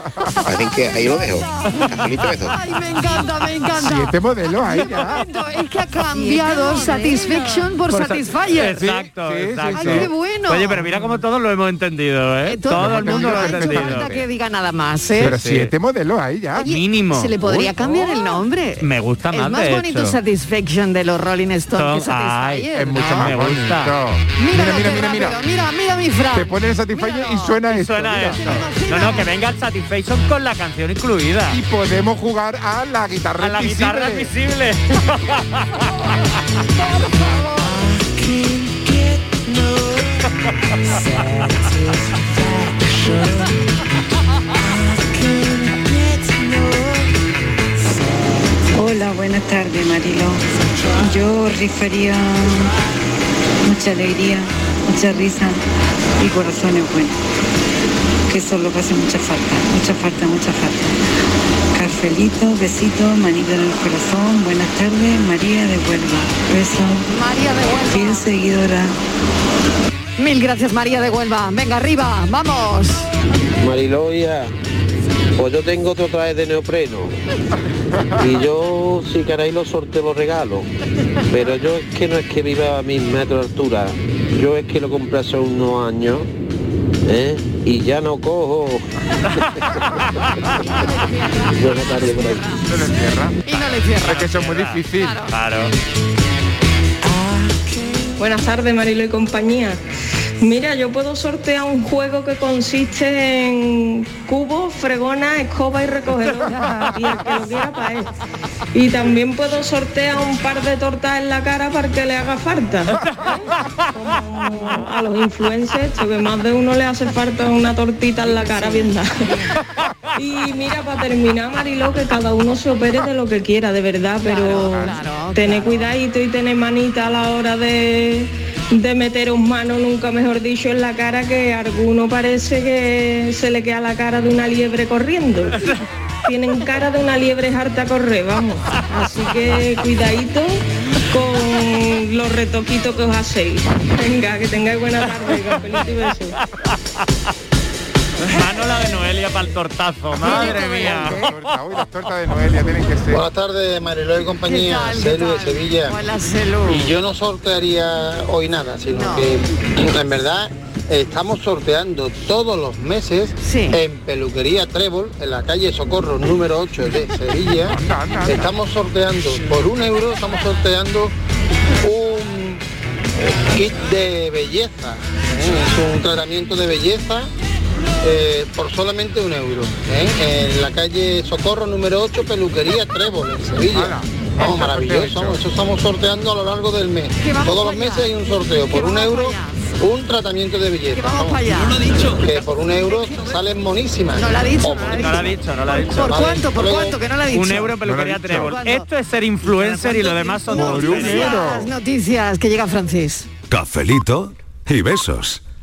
Speaker 17: Así que ahí lo dejo. Cafelito, besos.
Speaker 9: Ay, me encanta, me encanta.
Speaker 17: Siete
Speaker 11: modelos ahí ya.
Speaker 9: Momento, Es que ha cambiado Satisfaction por,
Speaker 10: Por sa-
Speaker 9: Satisfyer.
Speaker 10: Exacto, exacto.
Speaker 9: Ay, qué bueno.
Speaker 10: Oye, pero mira cómo todos lo hemos entendido, ¿eh?
Speaker 9: Todo-
Speaker 10: Todo, el mundo lo
Speaker 9: no
Speaker 10: ha
Speaker 9: ha hecho
Speaker 10: entendido.
Speaker 9: falta que diga nada más, ¿eh?
Speaker 11: Pero siete modelos ahí ya.
Speaker 9: Oye, Se le podría
Speaker 10: Uy.
Speaker 9: cambiar el nombre.
Speaker 10: Me gusta
Speaker 9: Es
Speaker 10: más,
Speaker 9: más
Speaker 10: de
Speaker 9: bonito
Speaker 10: hecho.
Speaker 9: Satisfaction de los Rolling Stones que
Speaker 10: Ay,
Speaker 9: Satisfyer.
Speaker 10: es mucho
Speaker 9: ¿no?
Speaker 10: más bonito.
Speaker 9: Mira, mira, mira, mira, mira, mira mi Fran.
Speaker 11: Te pone el Satisfyer y suena esto.
Speaker 10: Suena
Speaker 11: mira.
Speaker 10: esto. No, no, que venga el Satisfaction con la canción incluida.
Speaker 11: Y podemos jugar a la guitarra
Speaker 10: A la guitarra visible.
Speaker 15: Hola, buenas tardes, Marilo. Yo rifaría mucha alegría, mucha risa y corazones buenos. Que eso es lo que hace mucha falta, mucha falta, mucha falta. Carfelito, besito, manito en el corazón. Buenas tardes, María de Huelva. Beso.
Speaker 9: María de Huelva.
Speaker 15: Fiel seguidora.
Speaker 9: Mil gracias, María de Huelva. Venga, arriba, vamos.
Speaker 32: Mariloia, pues yo tengo otro traje de neopreno. Y yo, si queréis, los sorteo los regalo. Pero yo es que no es que viva a mis metros de altura. Yo es que lo compré hace unos años. ¿eh? Y ya no cojo. Buenas tardes por ahí.
Speaker 9: Y no le cierra.
Speaker 11: Es que eso es muy difícil.
Speaker 10: Claro.
Speaker 33: Buenas tardes, Marilo y compañía. Mira, yo puedo sortear un juego que consiste en cubo, fregona, escoba y recogedor. Y el que lo quiera para él. Y también puedo sortear un par de tortas en la cara para que le haga falta. ¿eh? Como a los influencers, esto, que más de uno le hace falta una tortita en la cara bien dada. Y mira, para terminar, Mariló, que cada uno se opere de lo que quiera, de verdad, pero tener cuidadito y tener manita a la hora de, de meteros mano, nunca mejor dicho, en la cara, que a alguno parece que se le queda la cara de una liebre corriendo. Tienen cara de una liebre harta a correr, vamos. Así que cuidadito con los retoquitos que os hacéis. Venga, que tengáis buena tarde, cafelito y besos.
Speaker 4: Mano la de Noelia para el tortazo, madre mía.
Speaker 34: Buenas tardes, Mariló y compañía,
Speaker 4: ¿eh? ¿Qué tal, qué
Speaker 34: Celu de
Speaker 4: tal?
Speaker 34: Sevilla.
Speaker 4: Hola, Celu.
Speaker 34: Y yo no sortearía hoy nada, sino que en verdad estamos sorteando todos los meses en Peluquería Trébol, en la calle Socorro número 8 de Sevilla. Estamos sorteando, por un euro estamos sorteando un eh, kit de belleza. ¿eh? Es un tratamiento de belleza eh, por solamente un euro. ¿eh? En la calle Socorro número 8, peluquería Trébol, en Sevilla.
Speaker 20: Ala, eso
Speaker 34: Vamos, maravilloso.
Speaker 20: perfecto.
Speaker 34: Eso estamos sorteando a lo largo del mes.
Speaker 20: Que vamos
Speaker 34: Todos los
Speaker 20: para allá.
Speaker 34: meses hay un sorteo.
Speaker 20: Que
Speaker 34: Por un
Speaker 20: vamos
Speaker 34: euro, un tratamiento de belleza.
Speaker 20: vamos para allá.
Speaker 34: lo dicho. Que por un euro salen monísimas.
Speaker 9: No lo ha dicho,
Speaker 34: Oh,
Speaker 9: no lo ha
Speaker 4: No la ha dicho, no la ha dicho.
Speaker 9: ¿Por cuánto? ¿Por cuánto? Que no la ha dicho.
Speaker 4: Un euro
Speaker 9: No la ha
Speaker 4: peluquería
Speaker 9: dicho.
Speaker 4: trébol.
Speaker 9: ¿Cuánto?
Speaker 4: Esto es ser influencer y lo demás son
Speaker 9: Noticias, noticias que llega Francis.
Speaker 8: Cafelito y besos.